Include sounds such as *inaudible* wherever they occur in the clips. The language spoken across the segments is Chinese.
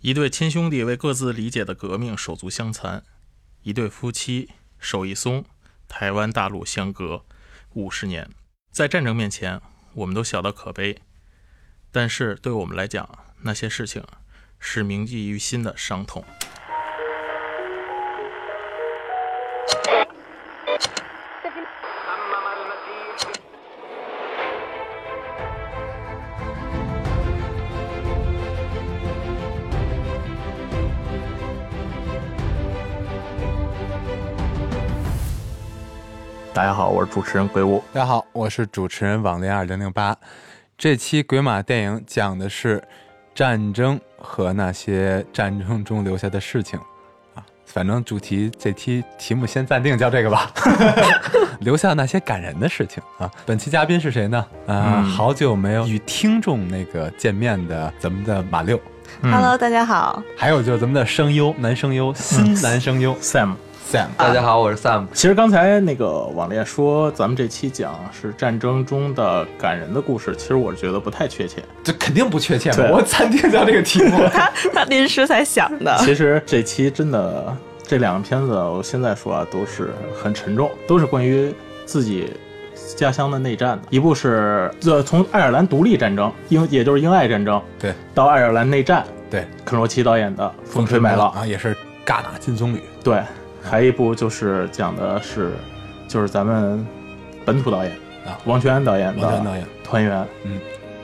一对亲兄弟为各自理解的革命手足相残，一对夫妻手一松，台湾大陆相隔五十年。在战争面前，我们都小到可悲，但是对我们来讲，那些事情是铭记于心的伤痛。大家好，我是主持人鬼武。大家好，我是主持人网恋二零零八。这期《鬼马》电影讲的是战争和那些战争中留下的事情啊。反正主题这期题目先暂定叫这 *laughs* 个吧，留下那些感人的事情啊。本期嘉宾是谁呢？嗯啊，好久没有与听众那个见面的咱们的马六，嗯 Hello，大家好，还有就是咱们的声优男声优新男声优 Sam， Sam。大家好，我是 Sam。其实刚才那个网恋说咱们这期讲是战争中的感人的故事，其实我觉得不太确切。这肯定不确切嘛对，我暂定叫这个题 *laughs* 目。他他 *laughs* 临时才想的，其实这期真的这两个片子，我现在说啊都是很沉重，都是关于自己家乡的内战的。一部是呃从爱尔兰独立战争，英也就是英爱战争，对到爱尔兰内战，对，肯罗奇导演的《风吹麦浪》啊，也是戛纳金棕榈。对，还一部就是讲的是就是咱们本土导演啊王全安导演的王全安导演《团圆》。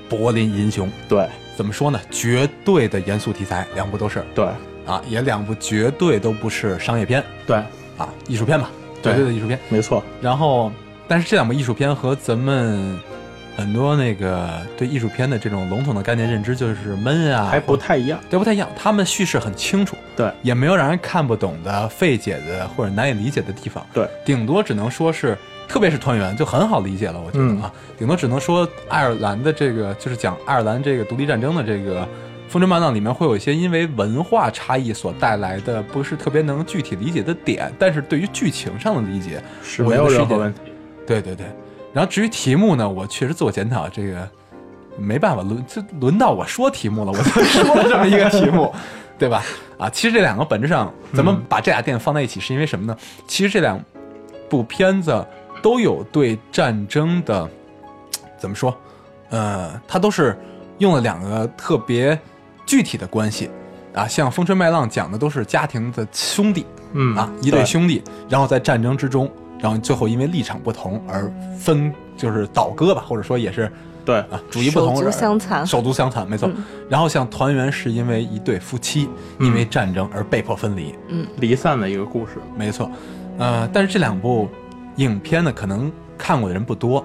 柏林银熊。对怎么说呢？绝对的严肃题材，两部都是对啊，也两部绝对都不是商业片对，啊，艺术片吧，对绝对的艺术片。没错，然后，但是这两部艺术片和咱们很多那个对艺术片的这种笼统的概念认知就是闷啊，还不太一样。对不太一样。他们叙事很清楚，对也没有让人看不懂的、费解的或者难以理解的地方。对，顶多只能说是，特别是团圆就很好理解了，我觉得啊，顶多只能说爱尔兰的这个就是讲爱尔兰这个独立战争的这个。风吹麦浪里面会有一些因为文化差异所带来的不是特别能具体理解的点，但是对于剧情上的理解，是我没觉有得是任何一点问题。对对对。然后至于题目呢，我确实自我检讨，这个没办法，轮就轮到我说题目了，我就说了这么一个题目，对吧？啊，其实这两个本质上，咱们把这俩电影放在一起，是因为什么呢？其实这两部片子都有对战争的怎么说？呃，它都是用了两个特别具体的关系啊，像《风吹麦浪》讲的都是家庭的兄弟，嗯啊，一对对兄弟，然后在战争之中，然后最后因为立场不同而分，就是倒戈吧，或者说也是对啊，主义不同，手足相残嗯手足相残，没错。然后像团圆是因为一对夫妻因为战争而被迫分离，离散的一个故事。没错。呃，但是这两部影片呢，可能看过的人不多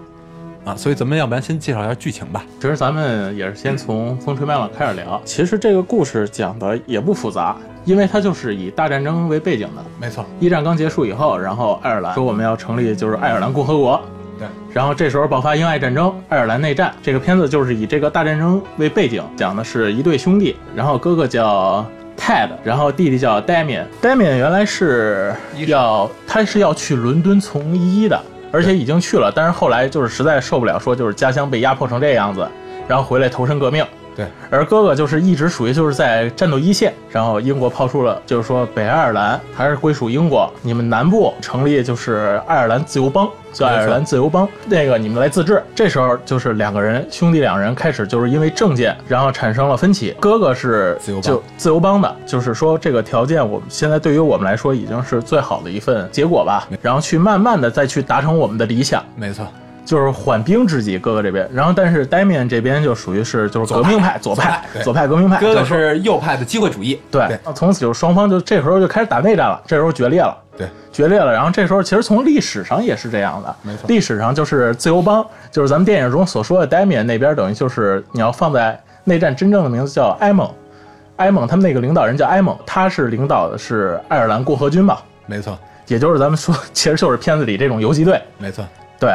啊，所以咱们要不然先介绍一下剧情吧。其实咱们也是先从《风吹麦浪》开始聊。其实这个故事讲的也不复杂，因为它就是以大战争为背景的。没错，一战刚结束以后，然后爱尔兰说我们要成立就是爱尔兰共和国，对，然后这时候爆发英爱战争、爱尔兰内战。这个片子就是以这个大战争为背景，讲的是一对兄弟，然后哥哥叫 Ted，然后弟弟叫 Damian。Damian 原来是要他是要去伦敦从医的，而且已经去了，但是后来就是实在受不了，说就是家乡被压迫成这样子，然后回来投身革命。对，而哥哥就是一直属于就是在战斗一线，然后英国抛出了就是说北爱尔兰还是归属英国，你们南部成立就是爱尔兰自由邦，叫爱尔兰自由邦，那个你们来自治。这时候就是两个人兄弟两人开始就是因为政见，然后产生了分歧。哥哥是自由邦就自由邦的，就是说这个条件我们现在对于我们来说已经是最好的一份结果吧，然后去慢慢的再去达成我们的理想。没错，就是缓兵之计，哥哥这边，然后但是 Damian 这边就属于是就是革命派，左派左派，对左派革命派，哥就哥是说是右派的机会主义，对，从此就双方就这时候就开始打内战了，这时候决裂了。对，决裂了，然后这时候其实从历史上也是这样的，没错历史上就是自由邦，就是咱们电影中所说的 Damian 那边，等于就是你要放在内战真正的名字叫埃蒙，埃蒙他们那个领导人叫埃蒙，他是领导的是爱尔兰共和军嘛，没错，也就是咱们说， *laughs* 其实就是片子里这种游击队，没错。对，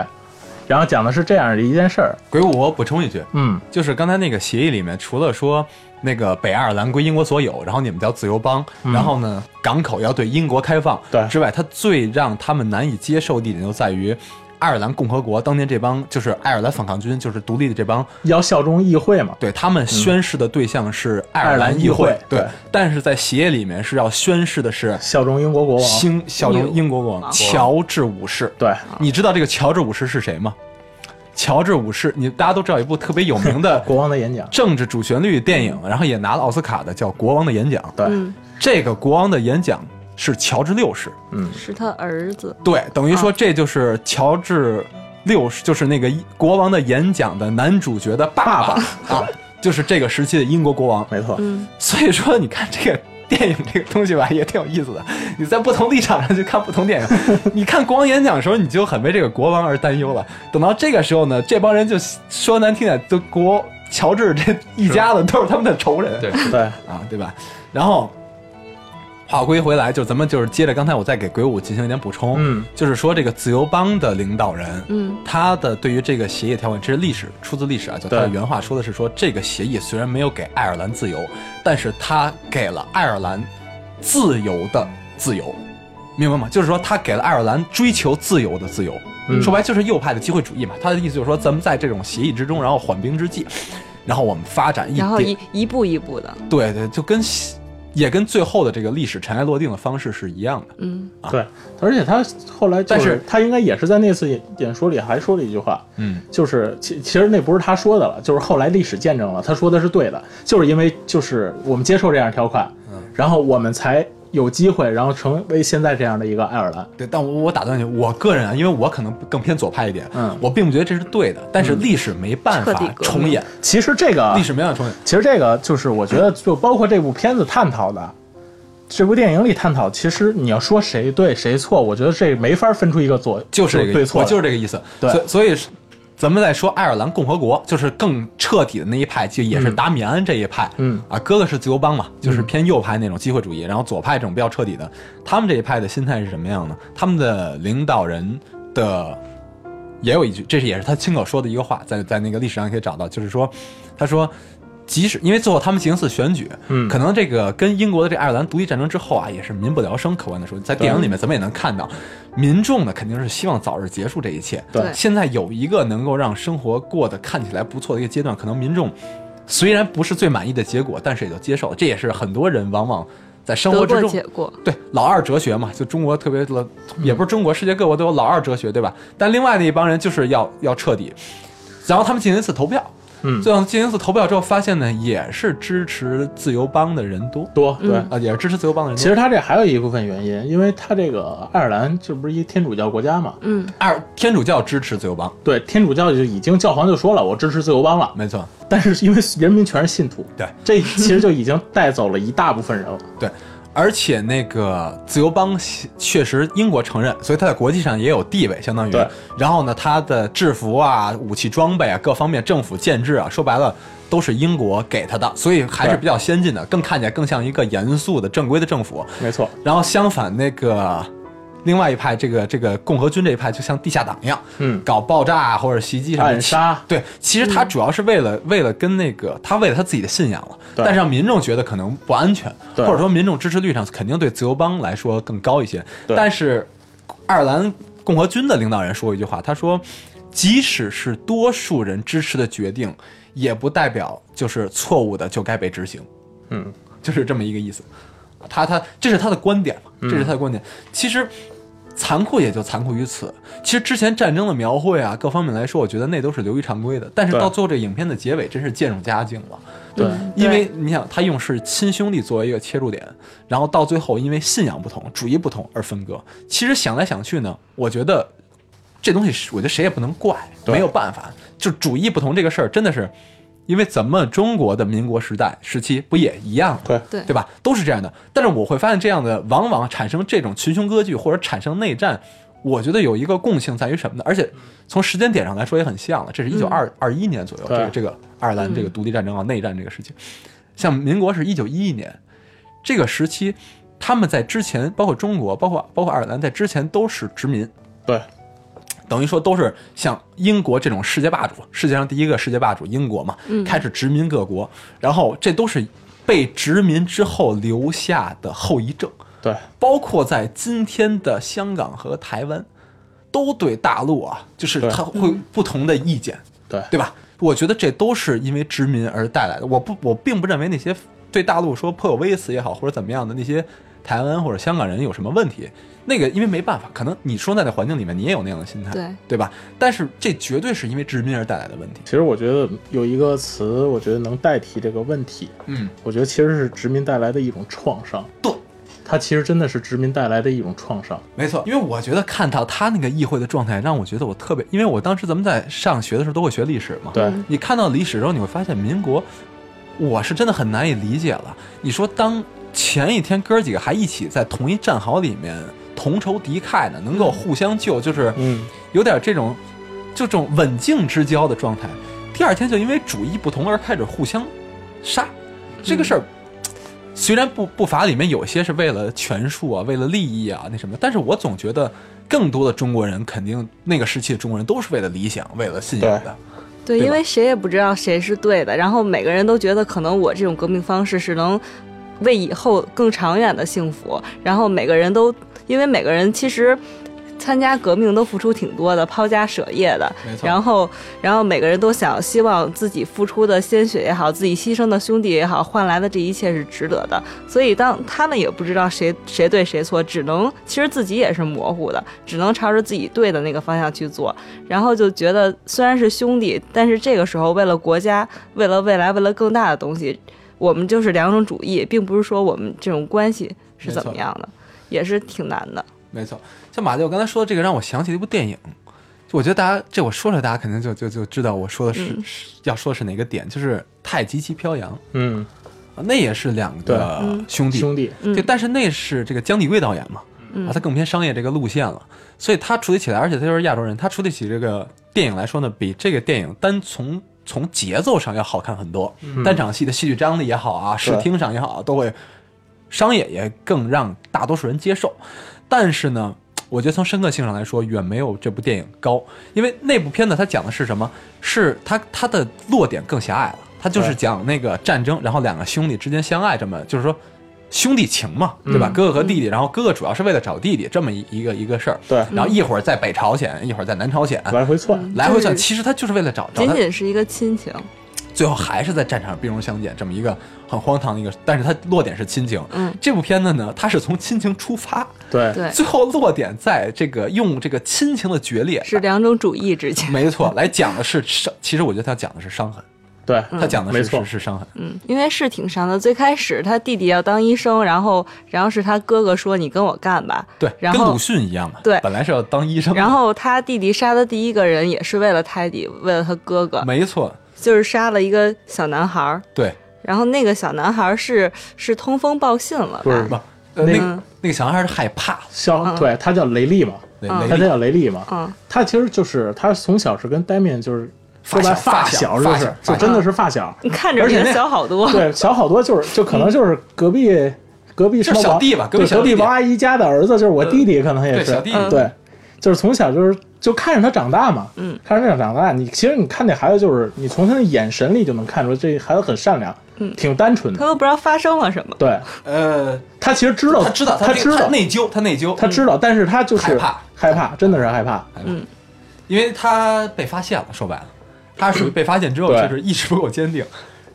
然后讲的是这样的一件事儿，鬼舞，我补充一句，嗯，就是刚才那个协议里面，除了说那个北爱尔兰归英国所有，然后你们叫自由邦，然后呢港口要对英国开放嗯对之外，它最让他们难以接受的一点就在于。爱尔兰共和国当年这帮就是爱尔兰反抗军，就是独立的这帮要效忠议会嘛。对他们宣誓的对象是爱尔兰议嗯爱尔兰议会对对，但是在协议里面是要宣誓的是效忠英国国王，新效忠英国国王王乔治五世。对，你知道这个乔治五世是谁吗？乔治五世，你大家都知道一部特别有名的国王的演讲，政治主旋律电影，然后也拿了奥斯卡的，叫《国王的演讲》。对，嗯，这个国王的演讲是乔治六世，嗯，是他儿子，对，等于说这就是乔治六世，就是那个一国王的演讲的男主角的爸爸啊，就是这个时期的英国国王。没错，嗯，所以说，你看这个电影这个东西吧，也挺有意思的。你在不同立场上去看不同电影。你看国王演讲的时候，你就很为这个国王而担忧了。等到这个时候呢，这帮人就说难听点，就国乔治这一家子都是他们的仇人。对对，啊，对吧？然后话归回来，就是咱们就是接着刚才我再给鬼舞进行一点补充，嗯，就是说这个自由邦的领导人，嗯，他的对于这个协议条款，这是历史出自历史啊，就他的对原话说的是说这个协议虽然没有给爱尔兰自由，但是他给了爱尔兰自由的自由。明白吗？就是说，他给了爱尔兰追求自由的自由，嗯说白了就是右派的机会主义嘛。他的意思就是说，咱们在这种协议之中，然后缓兵之计，然后我们发展一点，然后一一步一步的，对对，就跟西也跟最后的这个历史尘埃落定的方式是一样的。嗯对，而且他后来、就但是他应该也是在那次演演说里还说了一句话，嗯，就是其其实那不是他说的了，就是后来历史见证了他说的是对的，就是因为就是我们接受这样条款，嗯然后我们才有机会，然后成为现在这样的一个爱尔兰。对。但我我打断你，我个人啊，因为我可能更偏左派一点，嗯我并不觉得这是对的。但是历史没办嗯彻法底革命啊重演，其实这个历史没办法重演。其实这个就是我觉得，就包括这部片子探讨的，这部电影里探讨，其实你要说谁对谁错，我觉得这没法分出一个左就是这个对意思，我错，就是这个意思。对所所以是咱们在说爱尔兰共和国，就是更彻底的那一派，就也是达米安这一派。嗯啊，哥哥是自由帮嘛，就是偏右派那种机会主义，然后左派这种比较彻底的，他们这一派的心态是什么样呢？他们的领导人的也有一句，这是也是他亲口说的一个话，在在那个历史上也可以找到，就是说，他说。即使因为最后他们进行一次选举，嗯可能这个跟英国的这爱尔兰独立战争之后啊，也是民不聊生。客观的说，在电影里面咱们也能看到，民众呢肯定是希望早日结束这一切。对对现在有一个能够让生活过得看起来不错的一个阶段，可能民众虽然不是最满意的结果，但是也就接受了。这也是很多人往往在生活得之过中且过，对老二哲学嘛，就中国特别的，也不是中国，世界各国都有老二哲学，对吧？但另外的一帮人就是要要彻底，然后他们进行一次投票，嗯最后进行一次投票之后发现呢，也是支持自由帮的人多多对。嗯啊，也是支持自由帮的人多。其实他这还有一部分原因，因为他这个爱尔兰这不是一天主教国家嘛，嗯，二天主教支持自由帮，对，天主教就已经教皇就说了，我支持自由邦了，没错，但是因为人民全是信徒，对这其实就已经带走了一大部分人了。对。而且那个自由帮确实英国承认，所以它在国际上也有地位，相当于对。然后呢，它的制服啊、武器装备啊、各方面政府建制啊，说白了都是英国给它的，所以还是对比较先进的，更看起来更像一个严肃的正规的政府。没错，然后相反，那个另外一派，这个这个共和军这一派，就像地下党一样，嗯搞爆炸啊或者袭击什么的暗杀其对，其实他主要是为了、为了跟那个他为了他自己的信仰了，对但是让民众觉得可能不安全，或对者说民众支持率上肯定对自由邦来说更高一些。对但是爱尔兰共和军的领导人说过一句话，他说，即使是多数人支持的决定，也不代表就是错误的就该被执行。嗯，就是这么一个意思。他他这是他的观点嘛，嗯这是他的观点。其实残酷也就残酷于此。其实之前战争的描绘啊，各方面来说，我觉得那都是流于常规的。但是对到最后这影片的结尾，真是渐入佳境了。对嗯因为你想，他用是亲兄弟作为一个切入点，然后到最后因为信仰不同、主义不同而分割。其实想来想去呢，我觉得这东西是，我觉得谁也不能怪，对没有办法。就主义不同这个事儿，真的是，因为咱们中国的民国时代时期不也一样吗？对对对吧？都是这样的。但是我会发现，这样的往往产生这种群雄割据或者产生内战，我觉得有一个共性在于什么呢？而且从时间点上来说也很像了，这是一九二二一年左右，这对个这个爱尔兰这个独立战争啊、内战这个事情，像民国是一九一一年这个时期。他们在之前，包括中国，包括包括爱尔兰，在之前都是殖民，对，等于说都是像英国这种世界霸主，世界上第一个世界霸主英国嘛，嗯开始殖民各国，然后这都是被殖民之后留下的后遗症，对，包括在今天的香港和台湾，都对大陆啊，就是对嗯他会有不同的意见，对对吧？我觉得这都是因为殖民而带来的。我不，我并不认为那些对大陆说颇有微词也好，或者怎么样的那些台湾或者香港人有什么问题。那个，因为没办法，可能你生在的环境里面，你也有那样的心态，对对吧？但是这绝对是因为殖民而带来的问题。其实我觉得有一个词，我觉得能代替这个问题。嗯，我觉得其实是殖民带来的一种创伤，对，它其实真的是殖民带来的一种创伤。没错，因为我觉得看到他那个议会的状态，让我觉得我特别，因为我当时咱们在上学的时候都会学历史嘛，对，嗯你看到历史之后，你会发现民国，我是真的很难以理解了。你说当前一天哥几个还一起在同一战壕里面同仇敌忾呢，能够互相救，就是嗯，有点这种就这种刎颈之交的状态。第二天就因为主义不同而开始互相杀，这个事儿。虽然不不法里面有些是为了权术啊，为了利益啊，那什么，但是我总觉得更多的中国人肯定那个时期的中国人都是为了理想、为了信仰的。对，对吧因为谁也不知道谁是对的，然后每个人都觉得可能我这种革命方式是能为以后更长远的幸福，然后每个人都因为每个人其实参加革命都付出挺多的，抛家舍业的，没错然后然后每个人都想希望自己付出的鲜血也好，自己牺牲的兄弟也好，换来的这一切是值得的，所以当他们也不知道谁谁对谁错，只能其实自己也是模糊的，只能朝着自己对的那个方向去做，然后就觉得虽然是兄弟，但是这个时候为了国家，为了未来，为了更大的东西，我们就是两种主义，并不是说我们这种关系是怎么样的，也是挺难的。没错，像马六刚才说的这个，让我想起一部电影。就我觉得大家这我说出来，大家肯定就就就知道我说的是、是要说的是哪个点，就是《太极旗飘扬》嗯，啊那也是两个兄弟，兄弟，对，但是那是这个姜立贵导演嘛，啊，他更偏商业这个路线了，所以他处理起来，而且他又是亚洲人，他处理起这个电影来说呢，比这个电影单从从节奏上要好看很多，单场戏的戏剧张力也好啊，视听上也好啊，都会商业也更让大多数人接受，但是呢。我觉得从深刻性上来说，远没有这部电影高，因为那部片子它讲的是什么？是它它的落点更狭隘了，它就是对讲那个战争，然后两个兄弟之间相爱，这么就是说兄弟情嘛，对吧？嗯哥哥和弟弟，然后哥哥主要是为了找弟弟，这么一一个一个事儿。对，然后一会儿在北朝鲜，一会儿在南朝鲜，来回窜，来回窜。就是其实他就是为了找找仅他，仅是一个亲情，最后还是在战场上兵戎相见，这么一个很荒唐的一个。但是他落点是亲情。嗯，这部片子呢，它是从亲情出发，对，对，最后落点在这个用这个亲情的决裂，是两种主义之间。没错，来讲的是伤。其实我觉得他讲的是伤痕，对，他讲的没是错是是伤痕。嗯，因为是挺伤的。最开始他弟弟要当医生，然后然后是他哥哥说你跟我 *laughs* 干吧，对，然跟后鲁迅一样嘛，对本来是要当医生的，然后他弟弟杀的第一个人也是为了泰迪，为了他哥哥，没错，就是杀了一个小男孩儿。对，然后那个小男孩儿是是通风报信了吧？不是不，呃那嗯个那个小男孩是害怕，肖，对他叫雷利嘛，对嗯他雷利叫雷利嘛，嗯，他其实就是他从小是跟 Damian 就是发说白小发发小就发是小就发真的小是发小，你看着而比且那人小好多。 *laughs* 对，小好多就是就可能就是隔壁隔壁什么嗯就是王小弟吧隔对壁隔小弟呃王阿姨家的儿子就是我弟弟，可能也对是小弟弟嗯对，就是从小就是就看着他长大嘛，嗯，看着他长大，你其实你看那孩子就是你从他的眼神里就能看出这孩子很善良，嗯挺单纯他的，都不知道发生了什么。对呃，他其实知道他知道，他这个知道内疚，他内疚，他知道，但是他就是害怕害怕，真的是害怕，嗯，因为他被发现了，说白了，他是属于被发现之后对就是意识不够坚定，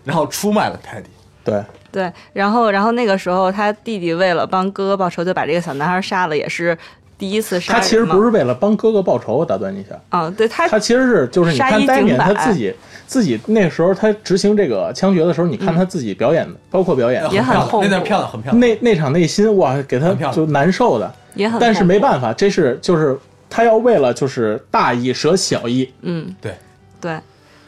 然后出卖了泰迪，对对，然后然后那个时候他弟弟为了帮哥哥报仇，就把这个小男孩杀了，也是第一次杀他人其实嘛不是为了帮哥哥报仇，我打断你一下，嗯，对他 *laughs* 他其实是就是你杀看一戴儆冕百他自己自己那时候他执行这个枪决的时候，你看他自己表演的，包括表演呃也很漂亮痛苦那段漂亮，很漂亮，那那场内心哇，给他很漂亮就难受的，也很，但是没，办法，这是就是他要为了就是大义舍小义，嗯，对。对，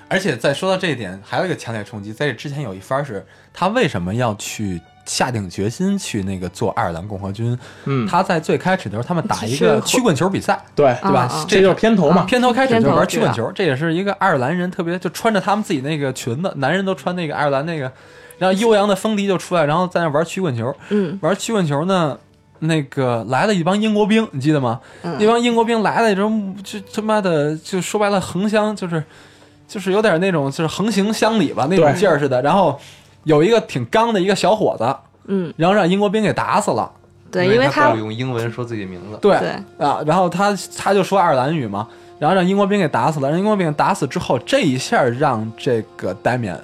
而且在说到这一点，还有一个强烈冲击，在这之前有一番是，他为什么要去下定决心去那个做爱尔兰共和军？嗯他在最开始的时候，他们打一是个会曲棍球比赛，对对吧？啊这就是片头嘛，片头开始就玩曲片头棍球，这也是一个爱尔兰人特别就穿着他们自己那个裙子，男人都穿那个爱尔兰那个，然后悠扬的风笛就出来，然后在那玩曲棍球，嗯，玩曲棍球呢。那个来了一帮英国兵，你记得吗？一帮英国兵来了之后，就他妈的就说白了，横相就是就是有点那种就是横行乡里吧那种对劲儿似的。然后有一个挺刚的一个小伙子，嗯，然后让英国兵给打死了。对，因为他他不用英文说自己名字，对对啊，然后他他就说爱尔兰语嘛，然后让英国兵给打死了，让英国兵给打死之后，这一下让这个丹冕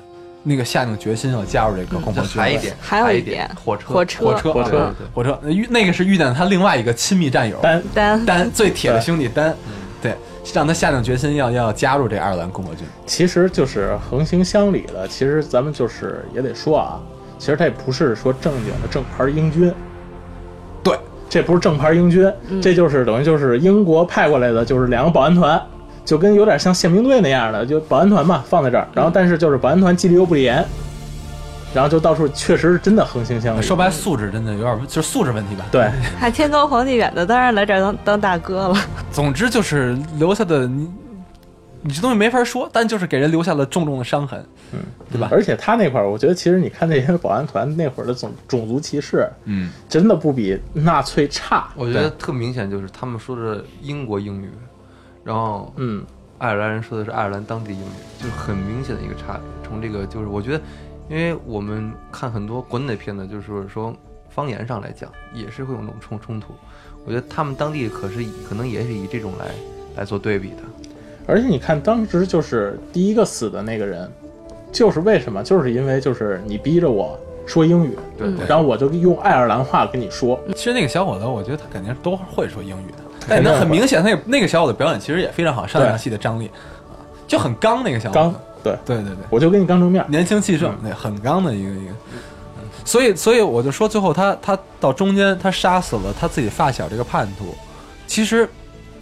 那个下定决心要加入这个共嗯就和军还一队。点，还有一一点点火车，嗯火车火车，火车啊火车，遇那个是遇见他另外一个亲密战友但丹丹最铁的兄弟丹，嗯对，让他下定决心要要加入这爱尔兰共和军。其实就是横行乡里的，其实咱们就是也得说啊，其实他也不是说正经的正牌英军，对，这不是正牌英军，这就是等于就是英国派过来的，就是两个保安团，就跟有点像宪兵队那样的，就保安团嘛放在这儿，然后但是就是保安团纪律又不严，然后就到处确实是真的横行乡里，说白了素质真的有点就是素质问题吧。，哎对，还天高皇帝远的，当然来这儿当当大哥了。总之就是留下的你，你这东西没法说，但就是给人留下了重重的伤痕，嗯，对吧？而且他那块儿，我觉得其实你看那些保安团那会儿的种种族歧视，嗯，真的不比纳粹差，我觉得特明显就是他们说的英国英语，然后嗯，爱尔兰人说的是爱尔兰当地英语，就是很明显的一个差别。从这个就是我觉得，因为我们看很多国内的片子，就是说方言上来讲也是会有那种冲冲突。我觉得他们当地可是以可能也是以这种来来做对比的。而且你看，当时就是第一个死的那个人，就是为什么？就是因为就是你逼着我说英语，对对然后我就用爱尔兰话跟你说，其实那个小伙子，我觉得他肯定都会说英语的，但那很明显，那个那个小伙子表演其实也非常好，上两戏的张力，啊就很刚那个小伙刚子，对，对对对，我就跟你刚正面。年轻气嗯盛，对，很刚的一个一个。所以，所以我就说，最后他他到中间，他杀死了他自己发小这个叛徒。其实，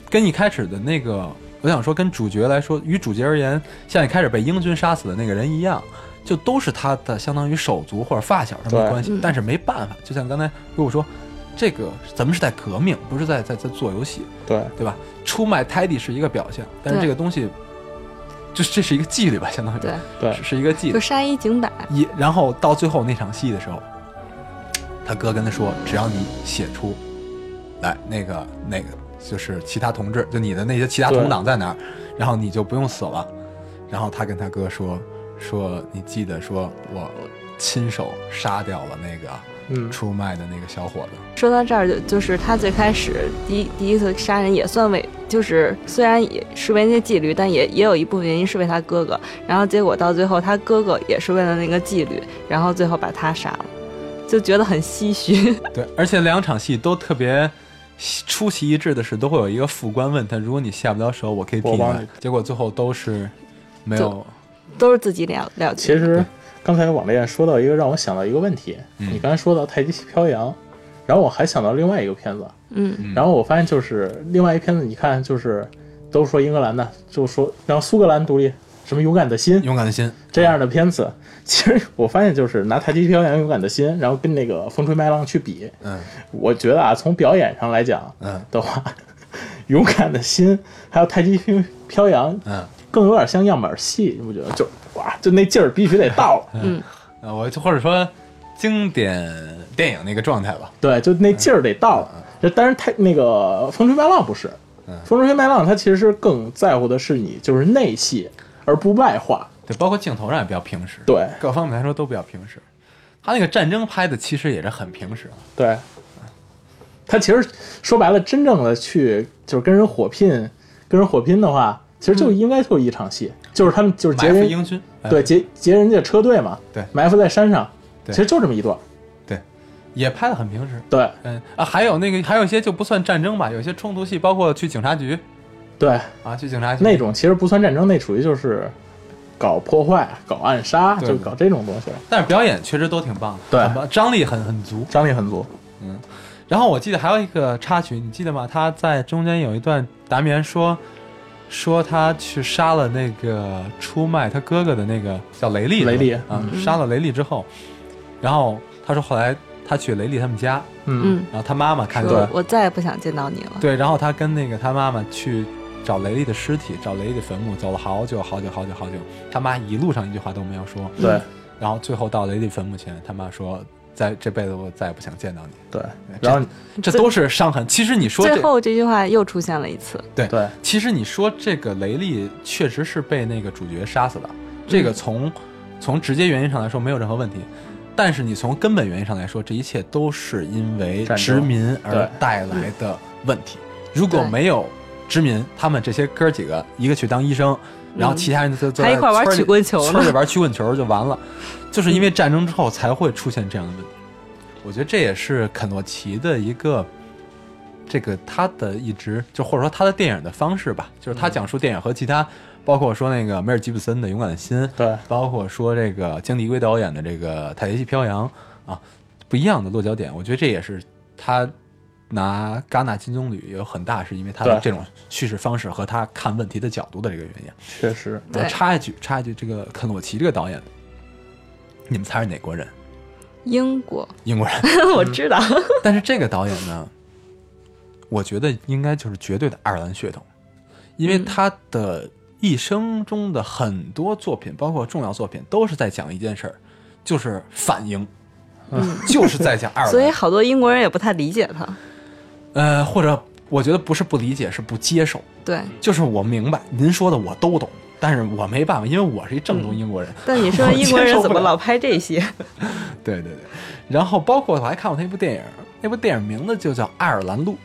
跟一开始的那个，我想说，跟主角来说，与主角而言，像一开始被英军杀死的那个人一样，就都是他的相当于手足或者发小这么对关系。但是没办法，就像刚才如果说，这个咱们是在革命，不是在在在做游戏。对，对吧？出卖 Teddy 是一个表现，但是对这个东西，就是这是一个纪律吧，相当于对对是是一个纪就律。杀一儆百，也然后到最后那场戏的时候，他哥跟他说，只要你写出来那个那个就是其他同志，就你的那些其他对同党在哪儿，然后你就不用死了。然后他跟他哥说说，你记得说我亲手杀掉了那个嗯，出卖的那个小伙子。说到这儿，就就是他最开始第一第一次杀人也算为，就是虽然也是为那纪律，但也也有一部分原因是为他哥哥。然后结果到最后，他哥哥也是为了那个纪律，然后最后把他杀了，就觉得很唏嘘。 *laughs* 对，而且两场戏都特别出奇一致的是，都会有一个副官问他，如果你下不了手，我可以替我帮来你结果最后都是没有就都是自己了了结。其实刚才网恋说到一个让我想到一个问题，你刚才说到《太极旗飘扬》，然后我还想到另外一个片子，嗯，然后我发现就是另外一片子，你看就是都说英格兰的，就说让苏格兰独立，什么勇敢的心，勇敢的心。这样的片子， *laughs* 其实我发现就是拿《太极飘扬勇敢的心》，然后跟那个《风吹麦浪》去比，嗯我觉得啊，从表演上来讲嗯的话， *laughs* 勇敢的心》还有《太极飘扬》嗯，更有点像样板戏，你不觉得？就哇，就那劲儿必须得到了，呃我就或者说经典电影那个状态吧。对，就那劲儿得到了。嗯这当然太那个《风吹麦浪》不是，《风吹麦浪》它其实更在乎的是你就是内戏，而不外化。对，包括镜头上也比较平实，对各方面来说都比较平实。他那个战争拍的其实也是很平实，啊对，他其实说白了，真正的去就是跟人火拼，跟人火拼的话，其实就应该就一场戏，就是他们就是劫嗯埋伏人英军。对哎，劫劫人家车队嘛，对埋伏在山上，对其实就这么一段，对，也拍的很平实。对嗯啊，还有那个，还有一些就不算战争吧，有一些冲突戏，包括去警察局对，啊，去警察局那种其实不算战争，那属于就是搞破坏、搞暗杀，对就搞这种东西，但是表演确实都挺棒的，对很棒张力很很足。张力很足。然后我记得还有一个插曲，你记得吗？他在中间有一段，达米安说说他去杀了那个出卖他哥哥的那个叫雷利，雷利是吧啊，杀了雷利之后，然后他说后来他去雷利他们家，嗯，嗯，然后他妈妈看见说了，我再也不想见到你了。对，然后他跟那个他妈妈去找雷利的尸体，找雷利的坟墓，走了好久好久好久好久，他妈一路上一句话都没有说，对然后最后到雷利坟墓前，他妈说：“在这辈子我再也不想见到你。对，然后”这都是伤痕。其实你说最这后这句话又出现了一次，对对，其实你说这个雷利确嗯实是被那个主角杀死的，这个从、从直接原因上来说没有任何问题。但是你从根本原因上来说，这一切都是因为战争殖民而对带来的问题。如果没有殖民，他们这些哥儿几个一个去当医生，然后其他人就就嗯还一块儿玩村里曲棍球呢嗯村里玩曲棍球就完了。就是因为战争之后才会出现这样的问题。我觉得这也是肯诺奇的一个这个他的一直就或者说他的电影的方式吧，就是他讲述电影和其他，包括说那个梅尔吉布森的《勇敢的心》，对，包括说这个江迪圭导演的这个《太极系飘扬》啊，不一样的落脚点，我觉得这也是他拿戛纳金棕榈有很大是因为他的对这种叙事方式和他看问题的角度的这个原因。确实，我对插一句，插一句，这个肯洛奇这个导演，你们猜是哪国人？英国，英国人。 *laughs* 我知道，但是这个导演呢，我觉得应该就是绝对的爱尔兰血统，因嗯为他的一生中的很多作品，包括重要作品，都是在讲一件事儿，就是反英，就是在讲爱尔嗯 *laughs* 所以兰。好多英国人也不太理解他。呃，或者我觉得不是不理解，是不接受。对，就是我明白您说的我都懂，但是我没办法，因为我是一正嗯宗英国人。但你说 *laughs* 我英国人接受怎不么了老拍这些？对对对，然后包括我还看过他一部电影，那部电影名字就叫《爱尔兰路》，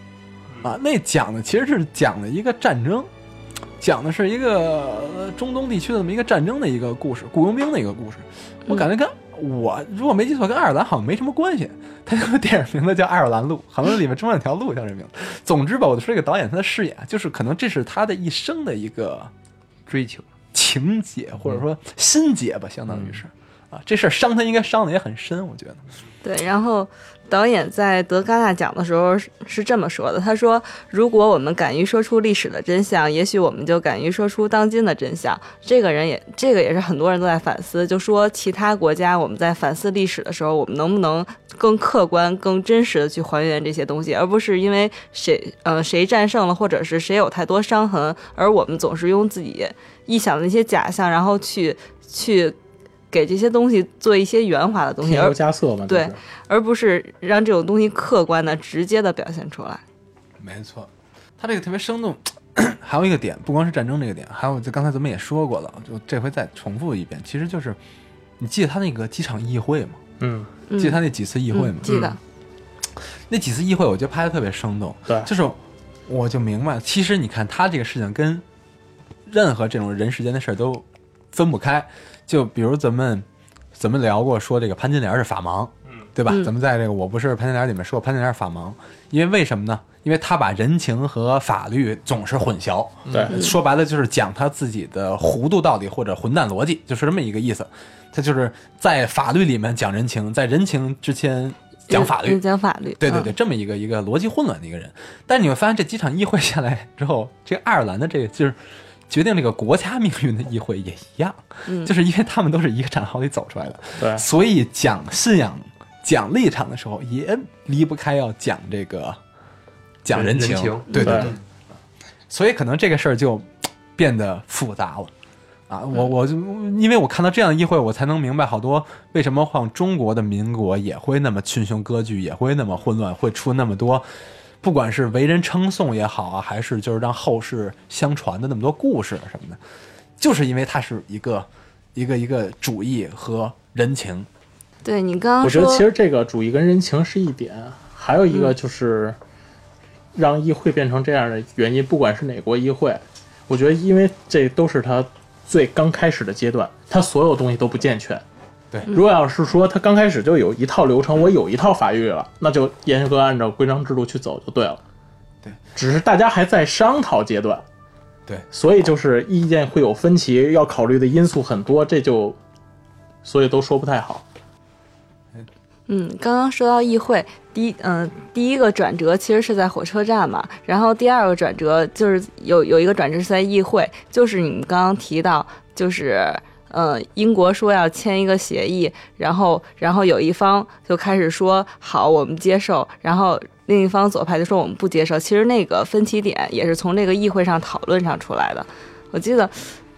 啊，那讲的其实是讲的一个战争，讲的是一个呃中东地区的这么一个战争的一个故事，雇佣兵的一个故事。我感觉跟、我如果没记错，跟爱尔兰好像没什么关系。他那部电影名字叫《爱尔兰路》， *laughs* 好像里面中间有条路叫这名字。总之吧，我就说这个导演他的视野啊，就是可能这是他的一生的一个追求，情结，或者说心结吧，相当于是。啊，这事儿伤他应该伤的也很深，我觉得。对，然后导演在得戛纳奖的时候是是这么说的：“他说，如果我们敢于说出历史的真相，也许我们就敢于说出当今的真相。”这个人也，这个也是很多人都在反思，就说其他国家我们在反思历史的时候，我们能不能更客观、更真实的去还原这些东西，而不是因为谁呃谁战胜了，或者是谁有太多伤痕，而我们总是用自己臆想的那些假象，然后去去。给这些东西做一些圆滑的东西，添而油加色嘛，对就是而不是让这种东西客观的、直接的表现出来。没错，他这个特别生动。 *clears throat* 还有一个点，不光是战争这个点，还有就刚才咱们也说过了，就这回再重复一遍，其实就是你记得他那个机场议会吗？嗯，嗯记得他那几次议会吗嗯？记得，那几次议会，我觉得拍的特别生动。对就是我就明白了，其实你看他这个事情跟任何这种人世间的事儿都分不开。就比如咱们咱们聊过说这个潘金莲是法盲，对吧？嗯咱们在这个《我不是潘金莲》里面说潘金莲是法盲，因为为什么呢？因为他把人情和法律总是混淆。对，说白了就是讲他自己的糊涂道理或者混蛋逻辑，就是这么一个意思。他就是在法律里面讲人情，在人情之前讲法律嗯，讲法律，对对嗯对，，这么一个一个逻辑混乱的一个人。但你会发现，这几场议会下来之后，这个爱尔兰的这个就是决定这个国家命运的议会也一样，*laughs* 嗯就是因为他们都是一个战壕里走出来的，对所以讲信仰、讲立场的时候，也离不开要讲这个讲人情，人情对对对对。所以可能这个事儿就变得复杂了。啊，我我就因为我看到这样的议会，我才能明白好多为什么像中国的民国也会那么群雄割据，也会那么混乱，会出那么多，不管是为人称颂也好啊，还是就是让后世相传的那么多故事什么的，就是因为它是一个一个一个主义和人情。对你刚刚我觉说，嗯得其实这个主义跟人情是一点，还有一个就是让议会变成这样的原因，不管是哪国议会，我觉得因为这都是他最刚开始的阶段，他所有东西都不健全。对嗯如果要是说他刚开始就有一套流程，我有一套法律了，那就严格按照规章制度去走就对了。对，只是大家还在商讨阶段，对，所以就是意见会有分歧，要考虑的因素很多，这就所以都说不太好。嗯，刚刚说到议会，第一嗯、第一个转折其实是在火车站嘛，然后第二个转折就是有有一个转折是在议会，就是你们刚刚提到，就是呃英国说要签一个协议，然后然后有一方就开始说好我们接受，然后另一方左派就说我们不接受，其实那个分歧点也是从这个议会上讨论上出来的，我记得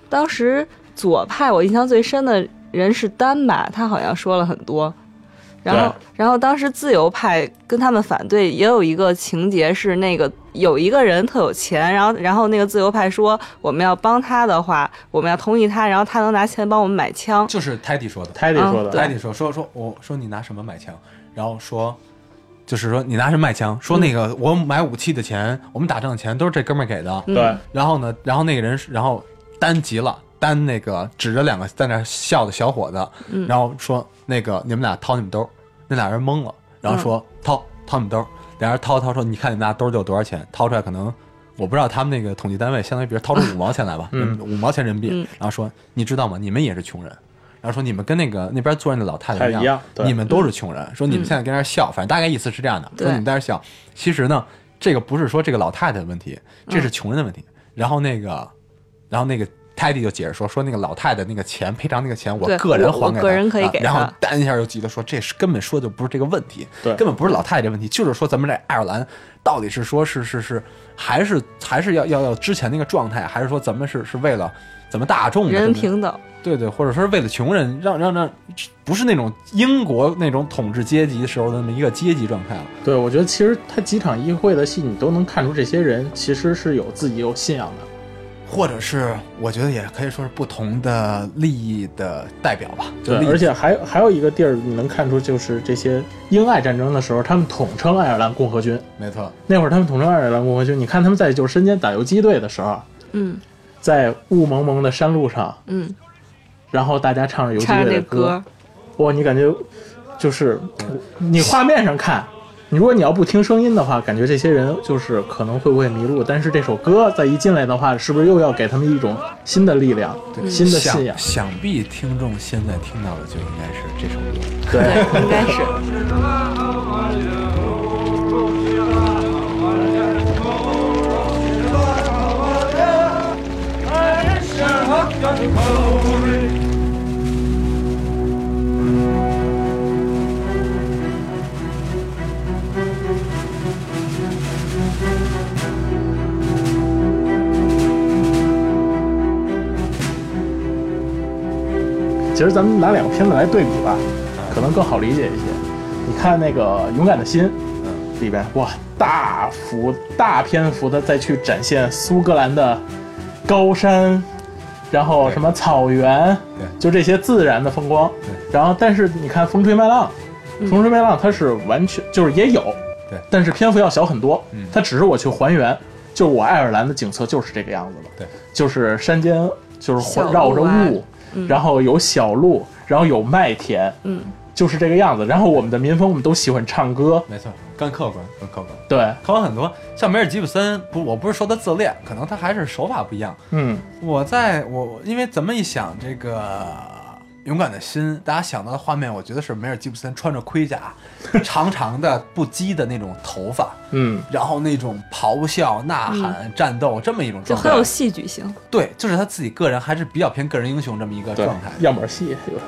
当时左派我印象最深的人是丹吧，他好像说了很多。然后，然后当时自由派跟他们反对，也有一个情节是那个有一个人特有钱，然后，然后那个自由派说我们要帮他的话，我们要同意他，然后他能拿钱帮我们买枪。就是泰迪说的，泰迪说啊对的，泰迪哎说说说我说你拿什么买枪，然后说。就是说，你拿什么买枪？说那个我买武器的钱，我们打仗的钱都是这哥们儿给的。嗯对，然后呢，然后那个人是，然后单急了，单那个指着两个在那儿笑的小伙子，然后说那个你们俩掏你们兜儿，那俩人懵了，然后说、掏掏你们兜儿，俩人掏掏说你看你那兜儿就有多少钱，掏出来可能我不知道他们那个统计单位，相当于比如掏出五毛钱来吧，嗯五毛钱人民币，然后说你知道吗？你们也是穷人。然后说你们跟那个那边坐着那老太太太一样对你们都是穷人。说你们现在跟那儿笑，反正大概意思是这样的。嗯对说你们在那儿笑，其实呢，这个不是说这个老太太的问题，这嗯是穷人的问题。然后那个，然后那个泰迪就解释说，说那个老太太那个钱赔偿那个钱，我对个人我还给她，我个人可以给啊然她后丹一下就急得说，这是根本说的就不是这个问题，对根本不是老太太这问题，就是说咱们这爱尔兰到底是说是是是，还是还是要要要之前那个状态，还是说咱们是是为了咱们大众的人人这么平等，对对，或者说是为了穷人，让让让，不是那种英国那种统治阶级时候的那么一个阶级状态了。对，我觉得其实他几场议会的戏，你都能看出这些人其实是有自己有信仰的。或者是我觉得也可以说是不同的利益的代表吧，就对利，益而且还还有一个地儿你能看出，就是这些英爱战争的时候，他们统称爱尔兰共和军。没错，那会儿他们统称爱尔兰共和军，你看他们在就是身兼打游击队的时候，嗯在雾蒙蒙的山路上，嗯，然后大家唱着游击唱着队那的歌，哇，你感觉就是你画面上看，你如果你要不听声音的话，感觉这些人就是可能会不会迷路。但是这首歌再一进来的话，是不是又要给他们一种新的力量、新的信仰想？想必听众现在听到的就应该是这首歌。 *laughs* 对，对，应该是。其实咱们拿两个片子来对比吧，嗯可能更好理解一些。你看那个《勇敢的心》嗯里边，哇，大幅大篇幅的再去展现苏格兰的高山，然后对什么草原，对就这些自然的风光。对然后，但是你看《风吹麦浪》，《风吹麦浪》它是完全就是也有，对但是篇幅要小很多。嗯它只是我去还原，就是我爱尔兰的景色就是这个样子的。对，就是山间就是小环路绕着啊雾，然后有小路，然后有麦田，嗯，就是这个样子。然后我们的民风，我们都喜欢唱歌，没错，更客观，更客观。对，客观很多，像梅尔吉布森，不，我不是说他自恋，可能他还是手法不一样。嗯，我在我因为咱们一想这个勇敢的心，大家想到的画面，我觉得是梅尔吉布森穿着盔 *laughs* 甲，长长的不羁的那种头发，嗯，然后那种咆哮、呐喊、战斗这么一种嗯就状态，很有戏剧性，对，就是他自己个人还是比较偏个人英雄这么一个对状 *laughs* 态，。样板戏就是，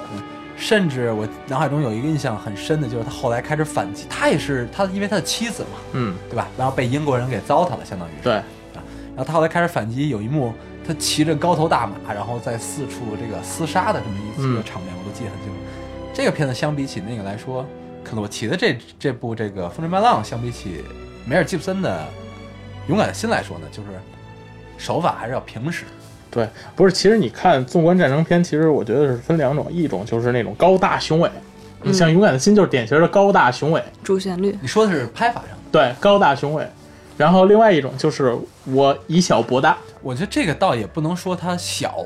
甚至我脑海中有一个印象很深的，就是他后来开始反击，他也是他因为他的妻子嘛，嗯，对吧？然后被英国人给糟蹋了，相当于。对，然后他后来开始反击，有一幕他骑着高头大马，然后在四处这个厮杀的这么一嗯一个场面，我都记得很清楚。这个片子相比起那个来说，可能我提的这这部这个《风吹麦浪》，相比起梅尔吉布森的《勇敢的心》来说呢，就是手法还是要平实。对，不是，其实你看纵观战争片，其实我觉得是分两种，一种就是那种高大雄伟，嗯你像《勇敢的心》就是典型的高大雄伟，主旋律。你说的是拍法上的，对，高大雄伟。然后另外一种就是我以小博大，我觉得这个倒也不能说它小，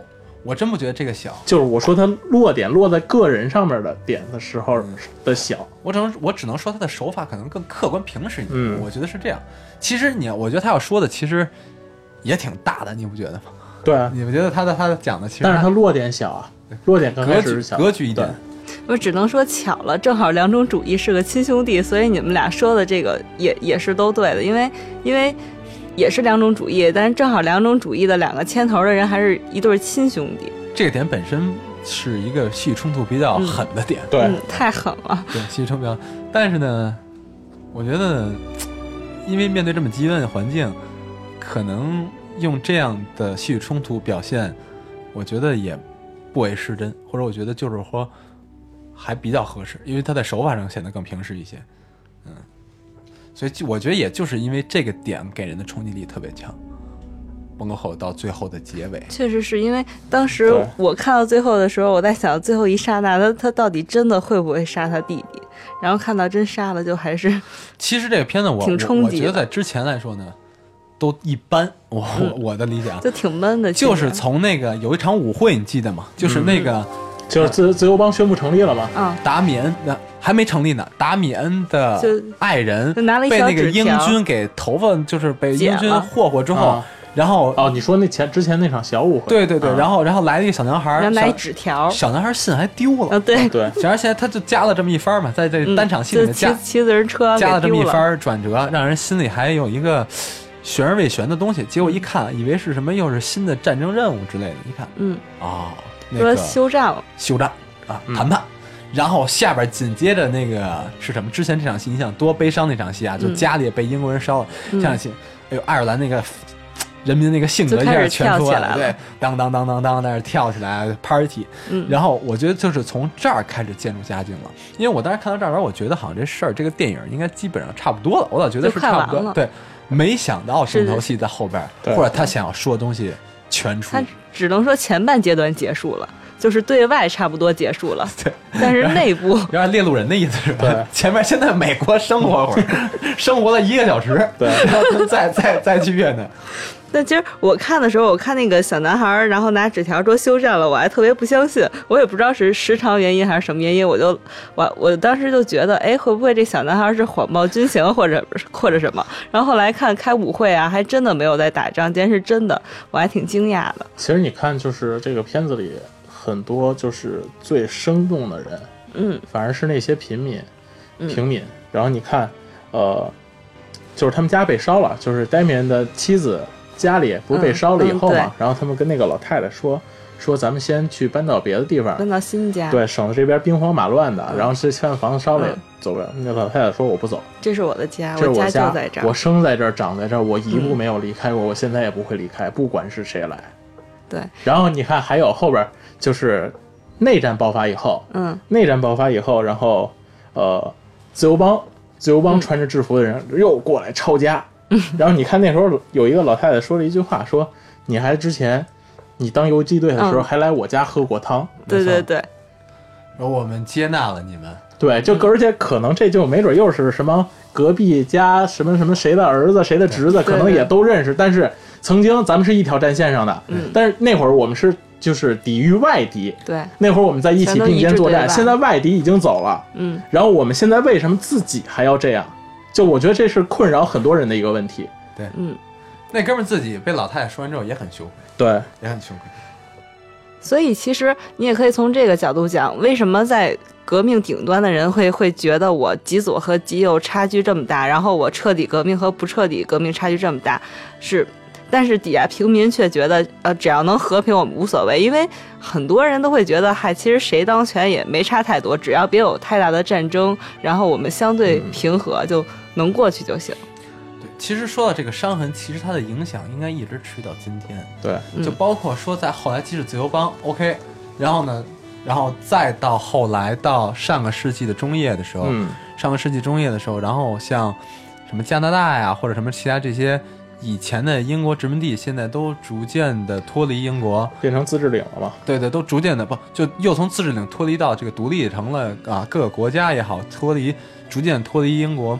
我真不觉得这个小，就是我说它落点落在个人上面的点的时候嗯的小，我只能我只能说他的手法可能更客观平实一点，嗯我觉得是这样。其实你，我觉得他要说的其实也挺大的，你不觉得吗？对啊， *laughs* 你不觉得他的他的讲的其实但是它落点小啊，落点刚格开始是局小，格局一点对，我只能说巧了，正好两种主义是个亲兄弟，所以你们俩说的这个也也是都对的，因为因为也是两种主义，但是正好两种主义的两个牵头的人还是一对亲兄弟，这个点本身是一个戏剧冲突比较狠的点，对嗯，太狠了， *laughs* 对戏剧冲突比较。但是呢，我觉得因为面对这么激烈的环境，可能用这样的戏剧冲突表现，我觉得也不为失真，或者我觉得就是说还比较合适，因为他在手法上显得更平实一些。嗯，所以就我觉得也就是因为这个点给人的冲击力特别强，崩口到最后的结尾，确实是因为当时对我看到最后的时候，我在想最后一刹那，他他到底真的会不会杀他弟弟？然后看到真杀了，就还是 *laughs* 其实这个片子我挺我冲我击觉得的，在之前来说呢，都一般。我我我的理解啊就嗯挺闷的。就其实是从那个有一场舞会，你记得吗？就是那个就是嗯自自由帮宣布成立了嘛，啊，达米恩的还没成立呢，达米恩的就爱人就拿了一被小那个纸英条军给头发就是被剪英军了霍霍之后啊，然后哦，你说那前之前那场小误会，对对对，啊然后然后来了一个小男孩儿然后，拿一小纸条，小男孩儿信还丢啊了，对，对，小男孩儿现在他就加了这么一番儿嘛，在这嗯单场戏就里面加骑骑自行车加给了这么丢一番儿转折，让人心里还有一个悬而未悬的东西。结果一看，以为是什么又是新的战争任务之类的，一看嗯，哦，那说个休战了，休战啊，嗯谈判。然后下边紧接着那个是什么？之前这场戏你想多悲伤那场戏啊，就嗯家里被英国人烧了，嗯这场戏，哎呦，爱尔兰那个人民那个性格就一开下始全跳出起来来了对，当当当当当在那儿跳起来 party，嗯，然后我觉得就是从这儿开始渐入佳境了，因为我当时看到这儿玩，我觉得好像这事儿这个电影应该基本上差不多了，我老觉得是就快差不多，完了对，没想到重是头戏在后边儿，对或者他想要说的东西全出他，只能说前半阶段结束了，就是对外差不多结 *laughs* 束了，但是内部有点猎鹿人的意思是吧对？前面先在美国生活会儿， *laughs* 生活了一个小时，对然后再再再去越南，但其实我看的时候，我看那个小男孩儿，然后拿纸条说休战了，我还特别不相信，我也不知道是时长原因还是什么原因，我就我我当时就觉得，哎，会不会这小男孩儿是谎报军情或者或者什么？然后后来看开舞会啊，还真的没有在打仗，竟然是真的，我还挺惊讶的。其实你看，就是这个片子里很多就是最生动的人，嗯，反而是那些平民，嗯平民。然后你看，呃，就是他们家被烧了，就是戴明的妻子家里不是被嗯烧了以嗯后对嘛，然后他们跟那个老太太说，说咱们先去搬到别的地方，搬到新家，对，省得这边兵荒马乱的。然后这现在房子烧了也嗯走不了。那老太太说我不走，这是我的家，这是家家就在这，我儿。生在这儿，长在这儿，我一步嗯没有离开过，我现在也不会离开，不管是谁来。对，然后你看，还有后边儿就是内战爆发以后，嗯，内战爆发以后，然后呃，自由帮自由嗯帮穿着制服的人又过来抄家， *laughs* 然后你看那时候有一个老太太说了一句话，说你还之前你当游击队的时候嗯还来我家喝过汤，对没错对对，然后我们接纳了你们，对，嗯就而且可能这就没准又是什么隔壁家什么什么谁的儿子谁的侄子，对可能也对都认识，但是曾经咱们是一条战线上的，嗯但是那会儿我们是就是抵御外敌，对，那会儿我们在一起全都并一肩致作对战，外现在外敌已经走了，嗯，然后我们现在为什么自己还要这样？就我觉得这是困扰很多人的一个问题。那哥们儿自己被老太太说完之后也很羞愧，对，也很羞愧。所以其实你也可以从这个角度讲，为什么在革命顶端的人会会觉得我极左和极右差距这么大，然后我彻底革命和不彻底革命差距这么大，是。但是底下平民却觉得，呃，只要能和平，我们无所谓，因为很多人都会觉得，嗨，其实谁当权也没差太多，只要别有太大的战争，然后我们相对平和就能过去就行。对，其实说到这个伤痕，其实它的影响应该一直持续到今天，对，嗯就包括说在后来即使自由帮，OK，然后呢，然后再到后来到上个世纪的中叶的时候，嗯，上个世纪中叶的时候，然后像什么加拿大呀，或者什么其他这些以前的英国殖民地，现在都逐渐的脱离英国，变成自治领了嘛。对对，都逐渐的不就又从自治领脱离到这个独立，成了啊各个国家也好，脱离逐渐脱离英国，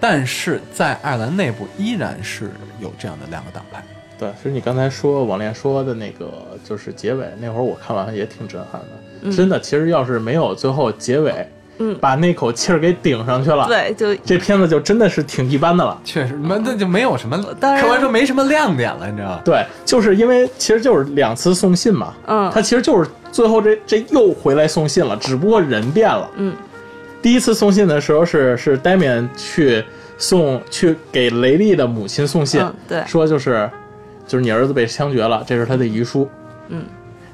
但是在爱尔兰内部依然是有这样的两个党派。对，其实你刚才说网恋说的那个就是结尾那会儿，我看完也挺震撼的。嗯真的，其实要是没有最后结尾，嗯把那口气儿给顶上去了，，对，就这片子就真的是挺一般的了。确实，那那就没有什么，呃当然看完之后没什么亮点了，你知道吧？对，就是因为其实就是两次送信嘛，嗯他其实就是最后这这又回来送信了，只不过人变了。嗯，第一次送信的时候是是 Damian 去送去给雷利的母亲送信，嗯对说就是就是你儿子被枪决了，这是他的遗书。嗯，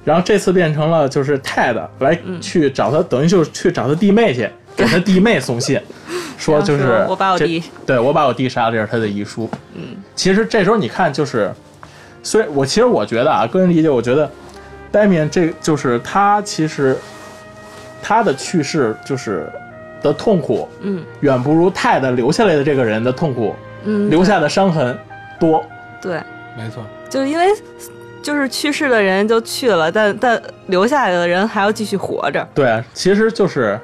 然后这次变成了就是 Ted 来去找他，等于就是去找他弟妹 *laughs* 去，给他弟妹送信，说就然后是说我把我这弟对我把我弟杀了，这是他的遗书。嗯，其实这时候你看就是，虽然我其实我觉得啊，个人理解，我觉得 Damian 这就是他其实他的去世就是的痛苦，嗯远不如泰的留下来的这个人的痛苦嗯，留下的伤痕多。对，没错，就是因为就是去世的人就去了，但但留下来的人还要继续活着。对，啊其实就是，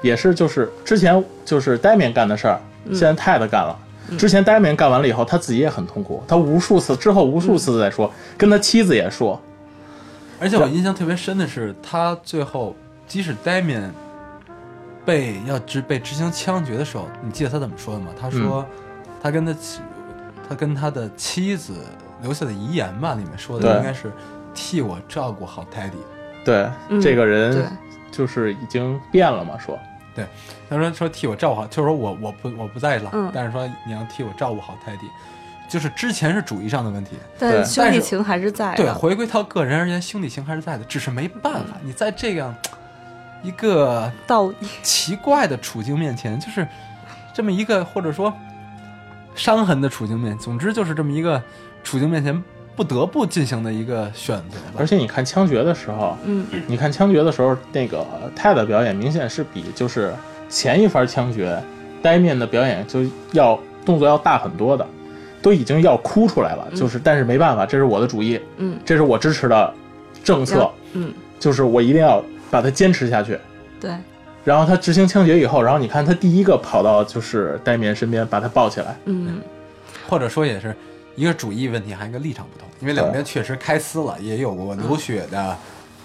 也是就是之前就是呆面干的事儿，嗯现在泰德干了。之前呆面干完了以后，他自己也很痛苦，他无数次之后无数次在说，嗯跟他妻子也说，而且我印象特别深的是，他最后即使 Damian 被要执被执行枪决的时候，你记得他怎么说的吗？他说、嗯他跟他妻他跟他的妻子留下的遗言吧，里面说的对应该是替我照顾好 Teddy。对、嗯这个对人就是已经变了嘛，说他说说替我照顾好，就是说我我不我不在了，嗯但是说你要替我照顾好 Teddy，就是之前是主义上的问题，对但兄但弟是情还是在对，的。回归到个人而言，兄弟情还是在的，只是没办法，嗯你在这样一个道义，奇怪的处境面前，就是这么一个或者说伤痕的处境面，总之就是这么一个处境面前不得不进行的一个选择吧。而且你看枪决的时候，嗯，你看枪决的时候，那个泰的表演明显是比就是前一番枪决呆面的表演就要动作要大很多的，都已经要哭出来了，就是但是没办法，这是我的主意，嗯，这是我支持的政策要，嗯，就是我一定要把它坚持下去。对，然后他执行枪决以后，然后你看他第一个跑到就是戴冕身边，把他抱起来。嗯，或者说也是一个主义问题，还有一个立场不同，因为两边确实开撕了，也有过流血的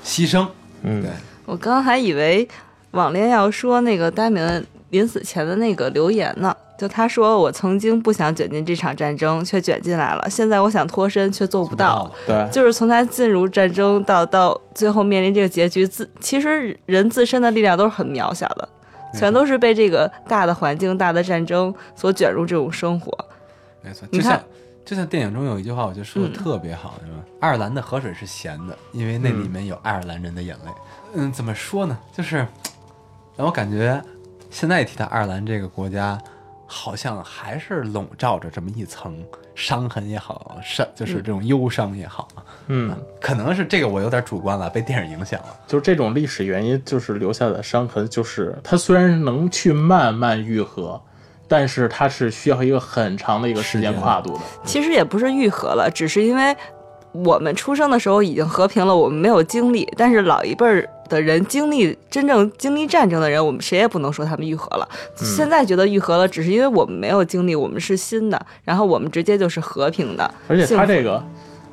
牺牲。嗯对，我刚还以为网恋要说那个戴明临死前的那个留言呢，就他说我曾经不想卷进这场战争，却卷进来了；现在我想脱身，却做不到。了，对，就是从他进入战争到到最后面临这个结局，自其实人自身的力量都是很渺小嗯的，没错全都是被这个大的环境、大的战争所卷入这种生活。没错，你就像看就像电影中有一句话，我觉得说的嗯特别好，是吧？爱尔兰的河水是咸的，因为那嗯里面有爱尔兰人的眼泪。嗯，怎么说呢？就是让我感觉现在提到爱尔兰这个国家，好像还是笼罩着这么一层伤痕也好，伤就是嗯这种忧伤也好，嗯，可能是这个我有点主观了，被电影影响了。就是这种历史原因，就是留下的伤痕，就是它虽然能去慢慢愈合，但是它是需要一个很长的一个时间跨度的。其实也不是愈合了，只是因为我们出生的时候已经和平了，我们没有经历。但是老一辈儿的人经历真正经历战争的人，我们谁也不能说他们愈合了。嗯现在觉得愈合了，只是因为我们没有经历，我们是新的，然后我们直接就是和平的。而且它幸福这个，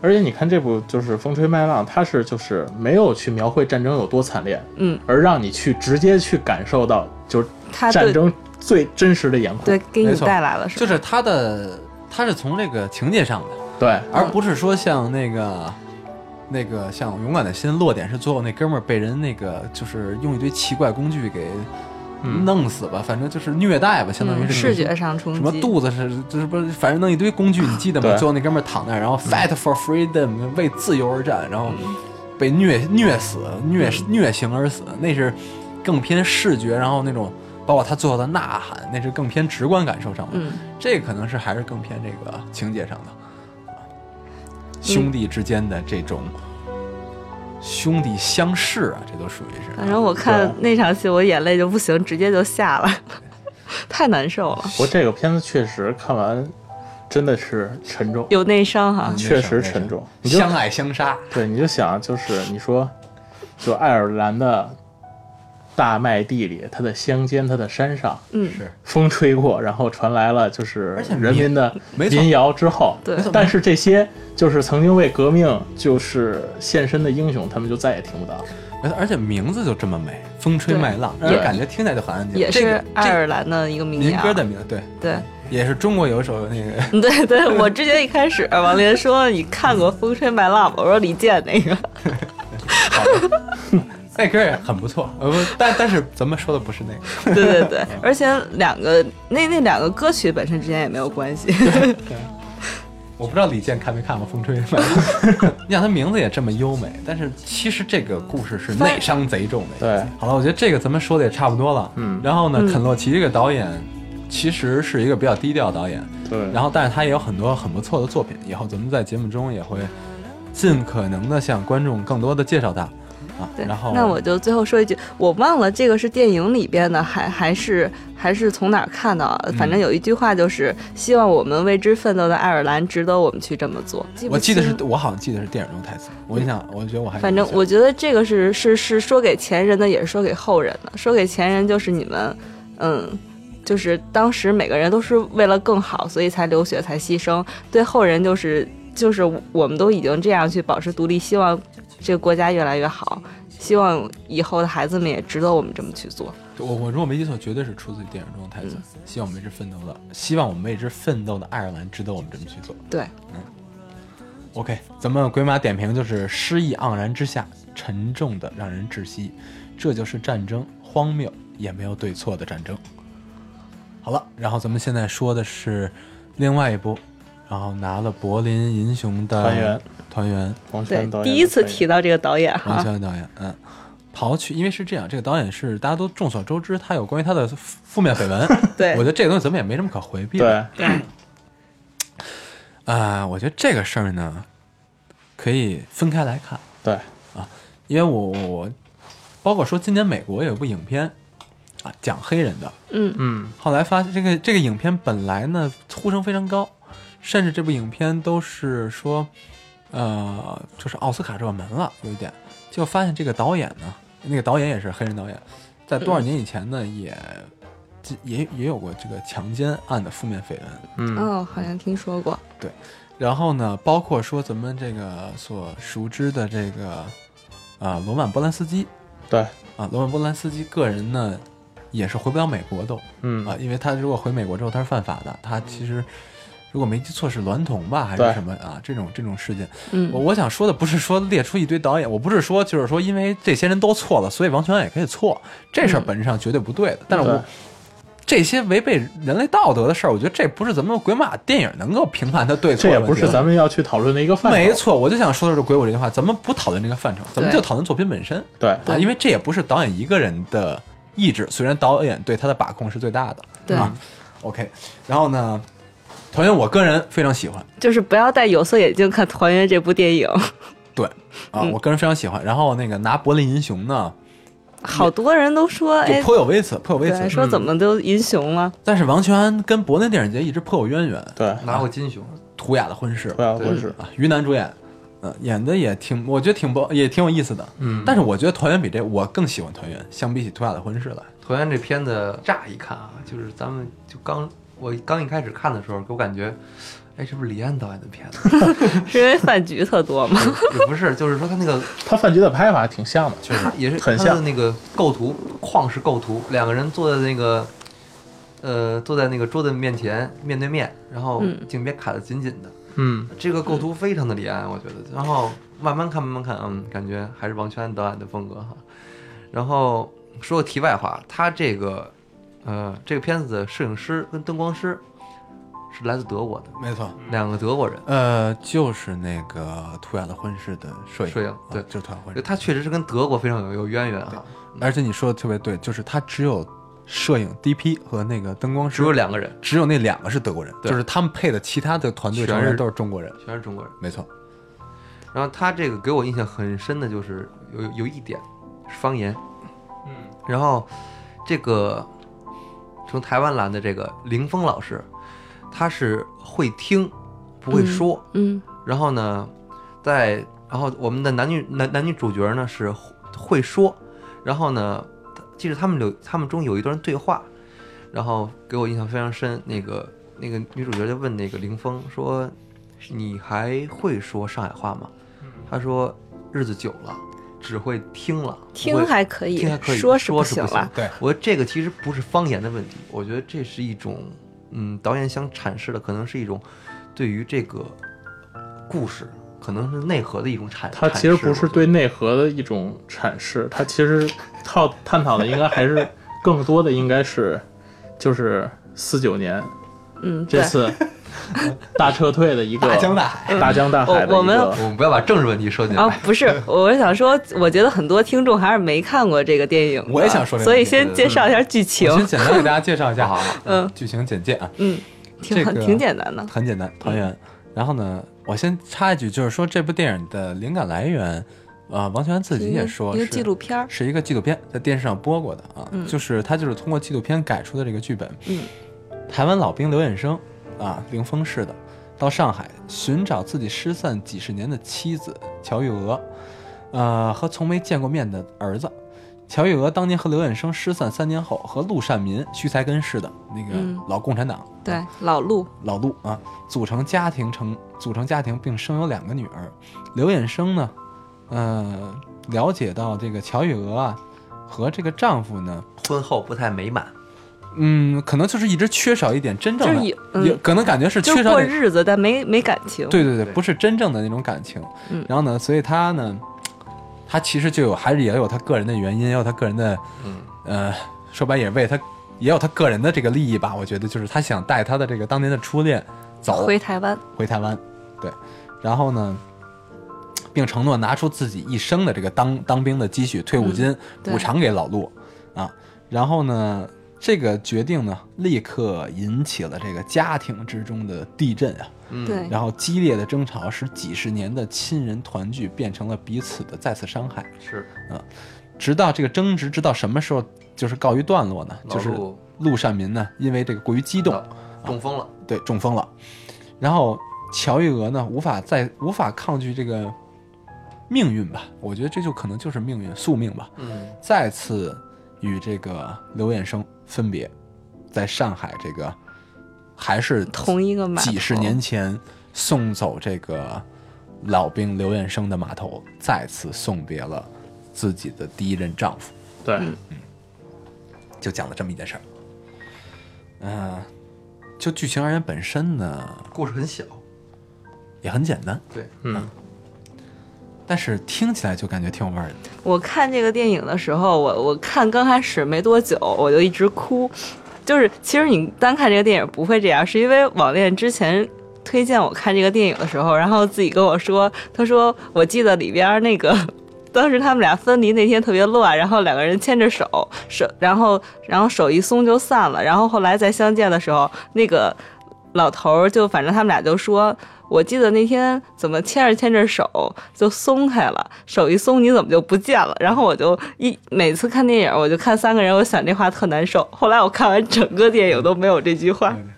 而且你看这部就是《风吹麦浪》，它是就是没有去描绘战争有多惨烈，嗯，而让你去直接去感受到就是他战对争最真实的严酷。对给没你错带来了什就么？是它的，它是从这个情节上的，对而不是说像那个那个像《勇敢的心》落点是最后那哥们儿被人那个就是用一堆奇怪工具给弄死吧，反正就是虐待吧，相当于嗯，是、视觉。上冲什么击，肚子是就是不是，反正弄一堆工具，你记得吗？对嗯最后那哥们儿躺那儿，然后 fight for freedom，为自由而战，然后被虐虐死，虐嗯虐刑而死，那是更偏视觉，然后那种包括他最后的呐喊，那是更偏直观感受上的。嗯，这个可能是还是更偏这个情节上的，啊嗯兄弟之间的这种兄弟相视啊，这都属于是。反正我看那场戏，我眼泪就不行，直接就下了， *laughs* 太难受了，不过这个片子确实看完真的是沉重，有内伤哈。嗯确实沉重。你就相爱相杀， *laughs* 对，你就想就是你说，就爱尔兰的大麦地里，它的乡间，它的山上，嗯，是风吹过，然后传来了就是而且民人民的没错民谣之后，对没错但是这些就是曾经为革命就是献身的英雄，他们就再也听不到了。而且名字就这么美，风吹对麦浪，对让人感觉听起来就很安静。也这是个爱这尔兰的一个民民谣，歌的名字，对，对。 *laughs* 也是中国有一首那个，对对，我之前一开始王林说你看过《风吹麦浪》吗？我说李健那个， *laughs* 那歌也很不错。 *laughs* 呃，不但但是咱们说的不是那个。对对 *laughs* 对，而且两个那那两个歌曲本身之间也没有 *laughs* 关系，我不知道李健看没看过《风吹麦浪》， *laughs* 你想他名字也这么优美，但是其实这个故事是内伤贼重的。对，好了，我觉得这个咱们说的也差不多了。嗯然后呢，肯洛奇这个导演其实是一个比较低调的导演，对，然后但是他也有很多很不错的作品，以后咱们在节目中也会尽可能的向观众更多的介绍他。啊。对，然后那我就最后说一句，我忘了这个是电影里边的，还还是还是从哪儿看到的？啊反正嗯有一句话就是，希望我们为之奋斗的爱尔兰值得我们去这么做。不我记得清是我好像记得是电影中的台词，我印象我觉得我还反正我觉得这个是是是说给前人的，也是说给后人的。说给前人就是你们，嗯，就是当时每个人都是为了更好，所以才流血才牺牲。对后人就是就是我们都已经这样去保持独立，希望这个国家越来越好，希望以后的孩子们也值得我嗯们这么去做。我我如果没记错，绝对是出自于电影中的台词。希望我们为之奋斗的，希望我们为之奋斗的爱尔兰值得我们这么去做。对， OK，咱们鬼马点评就是诗意盎然之下，沉重的让人窒息，这就是战争，荒谬也没有对错的战争。好了，然后咱们现在说的是另外一部，然后拿了柏林银熊的团员，啊团员王对全导，演第一次的提到这个导演王哈，小雨导演，嗯。刨去，因为是这样，这个导演是大家都众所周知，他有关于他的负负面 *laughs* 绯闻，对我觉得这个东西咱们也没什么可回避的。对，啊、我觉得这个事儿呢，可以分开来看。对，因为我我我，包括说今年美国有部影片啊，讲黑人的，嗯，嗯，后来发现这个这个影片本来呢呼声非常高，甚至这部影片都是说，呃，就是奥斯卡热门了，有一点，就发现这个导演呢，那个导演也是黑人导演，在多少年以前呢也。也也有过这个强奸案的负面绯闻，嗯，哦，好像听说过，然后呢，包括说咱们这个所熟知的这个，啊、罗曼·波兰斯基，对，啊，罗曼·波兰斯基个人呢，也是回不了美国的嗯，啊，因为他如果回美国之后，他是犯法的。他其实如果没记错是娈童吧，还是对什么啊？这种这种事件，嗯我，我想说的不是说列出一堆导演，我不是说就是说因为这些人都错了，所以王全安也可以错，这事儿嗯本质上绝对不对的。但是对我这些违背人类道德的事儿，我觉得这不是咱们鬼马电影能够评判它对错这的也问题不的。是咱们要去讨论的一个范畴，没，错，我就想说的是鬼舞这句话，咱们不讨论这个范畴，咱们对就讨论作品本身。对，啊，因为这也不是导演一个人的意志，虽然导演对他的把控是最大的。对，啊 OK，然后呢，团员我个人非常喜欢，就是不要戴有色眼镜看《团圆》这部电影，对啊，嗯我个人非常喜欢。然后那个拿柏林银熊呢，好多人都说，就哎，颇有微词，颇有微对，词。说怎么都银熊了。但是王全安跟柏林电影节一直颇有渊源，对，拿过金熊，图雅的婚事不要不对是，啊，于南主演，嗯、演的也挺，我觉得挺不也挺有意思的。嗯，但是我觉得团员比这我更喜欢团员，相比起图雅的婚事来。同样这片子乍一看啊，就是咱们就刚我刚一开始看的时候，给我感觉，哎，这不是李安导演的片子？是因为饭局特多吗？ *laughs* 也不是，就是说他那个他饭局的拍法挺像的，确实也是很他的像那个构图，旷世构图，两个人坐在那个，呃，坐在那个桌子面前面对面，然后嗯镜边卡得紧紧的，嗯，这个构图非常的李安，我觉得。然后慢慢看，慢慢看，嗯，感觉还是王全安导演的风格哈。然后说个题外话，他这个，呃，这个片子的摄影师跟灯光师是来自德国的，没错，两个德国人。呃，就是那个图雅的婚事的摄影，摄影对啊就是图雅婚就事。他确实是跟德国非常有有渊源哈，而且你说的特别对，就是他只有摄影 DP 和那个灯光师，只有两个人，只有那两个是德国人，对就是他们配的其他的团队成全员是都是中国人。全是中国人。没错，然后他这个给我印象很深的就是有有一点是方言，嗯，然后这个从台湾来的这个林峰老师，他是会听不会说， *laughs* 嗯，然后呢，在然后我们的男女男男女主角呢是会说，然后呢，记得他们有他们中有一段对话，然后给我印象非常深。那个那个女主角就问那个林峰说：“你还会说上海话吗？”他说：“日子久了，只会听了，不听会还可以，听还可以说是说是行不行了。对我觉得这个其实不是方言的问题，我觉得这是一种，嗯，导演想阐释的可能是一种对于这个故事可能是内核的一种阐。他其实不是阐释对内核的一种阐释，他其实套探讨的应该还是更多的应该是就是四九年嗯，这对，次大撤退的一个大海，大江大海的嗯我我一们个我，们不要把政治问题说进来。啊，不是，我是想说，我觉得很多听众还是没看过这个电影的，我也想说这个所以问题先介绍一下剧情我。先简单给大家介绍一下好嗯好好嗯剧情简介啊，嗯，这挺个很挺简单的。很简单，团圆。然后呢，我先插一句，就是说这部电影的灵感来源，啊、王全安自己也说一个是一个纪录片儿是一个纪录片，在电视上播过的啊，就是他就是通过纪录片改出的这个剧本。嗯，台湾老兵刘远生啊，灵峰市的，到上海寻找自己失散几十年的妻子乔玉娥，呃，和从没见过面的儿子。乔玉娥当年和刘远生失散三年后，和陆善民、徐才根似的那个嗯老共产党，对，老陆，老陆啊，组成家庭成组成家庭，并生有两个女儿。刘衍生呢，呃，了解到这个乔雨娥啊和这个丈夫呢，婚后不太美满，嗯，可能就是一直缺少一点真正就的，是有嗯也可能感觉是就缺是少过点日子，但没没感情。对对对，对不是真正的那种感情。嗯然后呢，所以他呢，他其实就有还是也有他个人的原因，也有他个人的，嗯呃，说白也为他也有他个人的这个利益吧。我觉得就是他想带他的这个当年的初恋走回台湾，回台湾，对，然后呢，并承诺拿出自己一生的这个当当兵的积蓄、退伍嗯金对补偿给老陆啊，然后呢，这个决定呢，立刻引起了这个家庭之中的地震啊，嗯，对然后激烈的争吵使几十年的亲人团聚变成了彼此的再次伤害，是直到这个争执直到什么时候就是告一段落呢？老就是陆陆善民呢，因为这个过于激动，老中风了，对，中风了。然后乔玉娥呢，无法再无法抗拒这个命运吧？我觉得这就可能就是命运宿命吧。嗯，再次与这个刘衍生分别，在上海这个还是同一个码头几十年前送走这个老兵刘衍生的码头，再次送别了自己的第一任丈夫。对，就讲了这么一件事儿。嗯、就剧情而言本身呢故事很小，也很简单，对，嗯，但是听起来就感觉挺有味儿的。 *laughs* 我看这个电影的时候，我我看刚开始没多久，我就一直哭。就是其实你单看这个电影不会这样，是因为网恋之前推荐我看这个电影的时候，然后自己跟我说，他说我记得里边儿那个。当时他们俩分离那天特别乱，然后两个人牵着手，手然后然后手一松就散了，然后后来再相见的时候，那个老头儿就反正他们俩就说，我记得那天怎么牵着牵着手就松开了，手一松你怎么就不见了？然后我就一每次看电影我就看三个人，我想这话特难受。后来我看完整个电影都没有这句话，嗯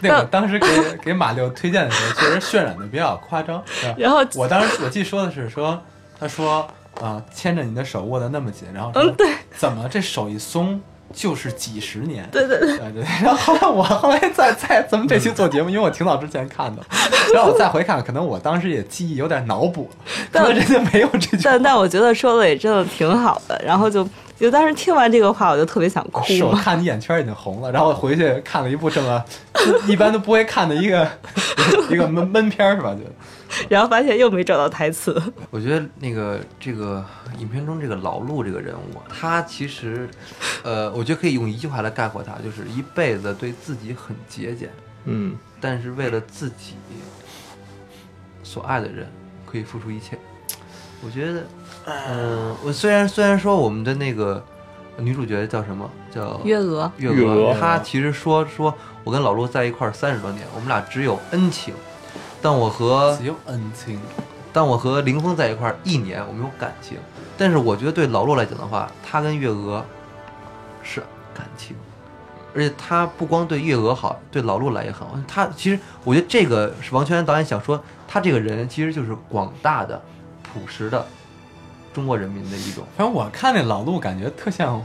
那我当时给给马六推荐的 *laughs* 时候，确实渲染的比较夸张。是吧然后我当时我记得说的是说，他说啊、牵着你的手握得那么紧，然后说嗯对，怎么这手一松就是几十年？对对对， *laughs* 对对，然后后来我后来再再咱们这期做节目，因为我挺早之前 *laughs* 看的，然后我再回看，可能我当时也记忆有点脑补了，可但能真的没有这句话。但但我觉得说的也真的挺好的。然后就就当时听完这个话我就特别想哭是我嘛，看你眼圈已经红了，然后我回去看了一部这么一般都不会看的一个 *laughs* 一个闷闷片儿是吧？就然后发现又没找到台词。我觉得那个这个影片中这个老陆这个人物啊，他其实，呃，我觉得可以用一句话来概括他，就是一辈子对自己很节俭，嗯，但是为了自己所爱的人，可以付出一切。我觉得，嗯、我虽然虽然说我们的那个女主角叫什么叫月娥，月月娥她其实说说我跟老陆在一块儿三十多年，我们俩只有恩情，但我和只有恩情，但我和林峰在一块儿一年，我们有感情。但是我觉得对老陆来讲的话，他跟月娥是感情，而且他不光对月娥好，对老陆来也很好。他其实我觉得这个是王全安导演想说，他这个人其实就是广大的、朴实的中国人民的一种，反正我看那老陆感觉特像，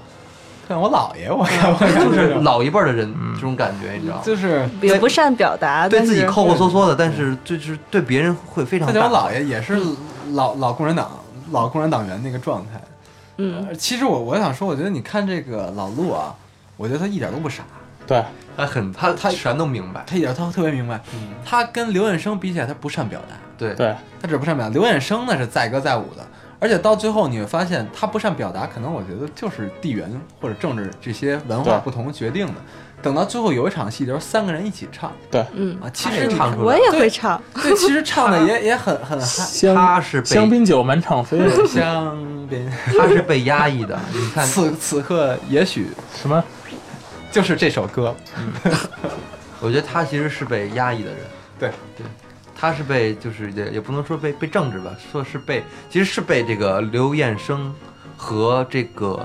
特像我姥爷，我看我感觉就是老一辈儿的人这种感觉，你知道吗？就是也嗯不善表达，对但自己是抠抠缩缩的，但是就是对别人会非常他大叫我方。姥爷，也是老老共产党老共产党员那个状态。嗯，呃其实我我想说，我觉得你看这个老陆啊，我觉得他一点都不傻，对，他哎很他他全都明白，他一点他特别明白，嗯，他跟刘远生比起来，他不善表达。对对，他只不善表达。刘远生呢是载歌载舞的，而且到最后你会发现，他不善表达，可能我觉得就是地缘或者政治这些文化对不同决定的。等到最后有一场戏，就是三个人一起唱嗯，啊，其他也实唱出来我也对会唱，对，其实唱的 *laughs* 也也很很 *laughs* 嗨。香他是被香槟酒满场飞，香槟，他是被压抑的。你 *laughs* 看， *laughs* 此此刻也许什么就是这首歌，我觉得他其实是被压抑的人。对对，他是被就是也也不能说被被政治吧，说是被其实是被这个刘彦生和这个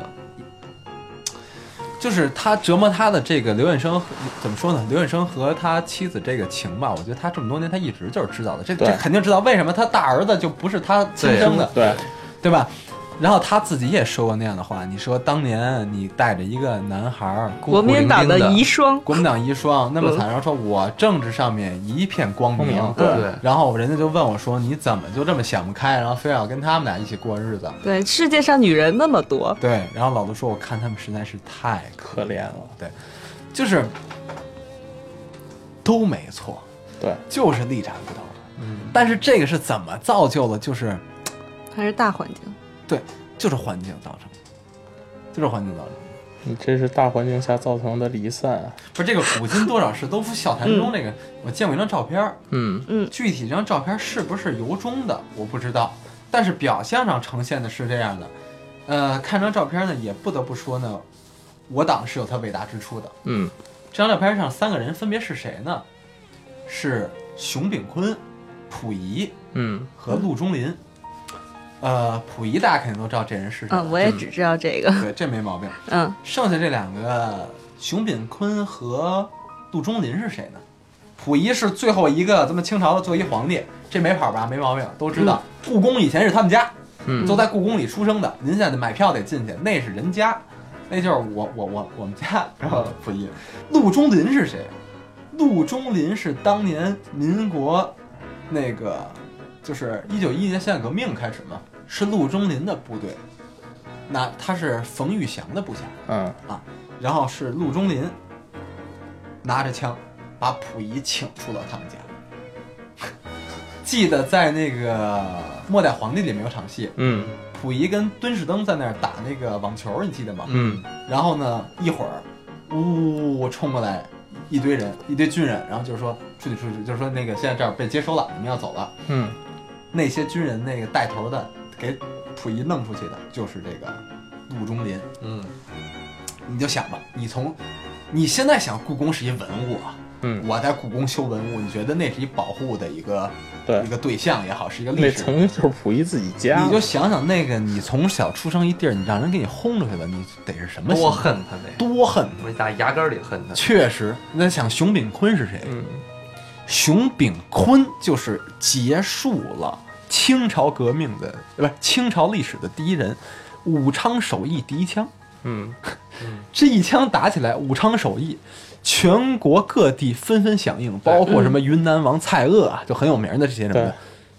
就是他折磨他的这个刘远生和，怎么说呢？刘远生和他妻子这个情吧，我觉得他这么多年他一直就是知道的，这对这肯定知道为什么他大儿子就不是他亲生的，对，对吧？然后他自己也说过那样的话，你说当年你带着一个男孩儿，孤国苦民伶党仃的的遗孀，国民党遗孀那么惨，然后说我政治上面一片光光明明，对对然后人家就问我说你怎么就这么想不开，然后非要跟他们俩一起过日子？对，世界上女人那么多，对，然后老卢说我看他们实在是太可可怜了，对，就是都没错，对，就是立场不同。嗯，但是这个是怎么造就了？就是还是大环境。对，就是环境造成的，就是环境造成的。你嗯这是大环境下造成的离散啊，不是这个古今多少事都付笑谈中。嗯那个我见过一张照片儿，嗯，具体这张照片是不是由衷的我不知道，但是表象上呈现的是这样的。呃，看这张照片呢，也不得不说呢，我党是有它伟大之处的。嗯，这张照片上三个人分别是谁呢？是熊炳坤、溥仪嗯，和陆中林。呃，溥仪大家肯定都知道这人是谁了，嗯，我也只知道这个。对，这没毛病。嗯，啊剩下这两个熊炳坤和杜忠林是谁呢？溥仪是最后一个咱们清朝的最后一皇帝，这没跑吧，没毛病，都知道。故宫以前是他们家，嗯都在故宫里出生的。您现在得买票得进去，那是人家，那就是我我我我们家。然后溥仪，陆中林是谁？陆中林是当年民国那个，就是一九一一年辛亥革命开始嘛，是陆中林的部队，那他是冯玉祥的部下。嗯，啊然后是陆中林拿着枪把溥仪请出了他们家。记得在那个《末代皇帝》里面有场戏，嗯，溥仪跟敦士登在那儿打那个网球，你记得吗？嗯，然后呢，一会儿，呜冲过来一堆人，一堆军人，然后就是说出去出去，就是说那个现在这儿被接收了，你们要走了。嗯，那些军人那个带头的给溥仪弄出去的就是这个陆中林。嗯你就想吧，你从你现在想故宫是一文物啊，嗯，我在故宫修文物，你觉得那是一保护的一个对一，个对象也好，是一个历那史。曾经就是溥仪自己家，你就想想那个，你从小出生一地儿，你让人给你轰出去了，你得是什么心多情，恨他那，多恨！我打牙根儿里恨他。确实，你在想熊炳坤是谁？嗯，熊炳坤就是结束了清朝革命的，不是清朝历史的第一人，武昌首义第一枪。嗯，这一枪打起来，武昌首义，全国各地纷纷响应，包括什么云南王蔡锷啊，就很有名的这些人对物，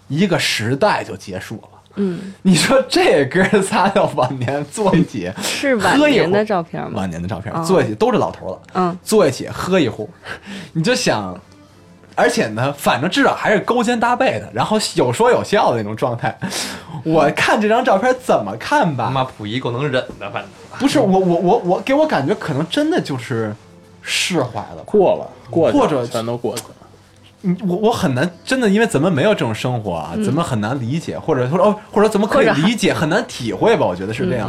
一个时代就结束了。嗯，你说这哥仨要晚年坐一起，是晚年的照片吗？晚年的照片哦坐一起都是老头了，嗯，坐一起喝一壶，你就想，而且呢，反正至少还是勾肩搭背的，然后有说有笑的那种状态。我看这张照片怎么看吧，他妈溥仪够能忍的，反正不是我我我我给我感觉可能真的就是释怀了吧。过了，过去了或者全都过去了，嗯我我很难真的，因为咱们没有这种生活啊，咱们很难理解，或者说哦，或者咱们可以嗯或者还嗯理解，很难体会吧？我觉得是这样。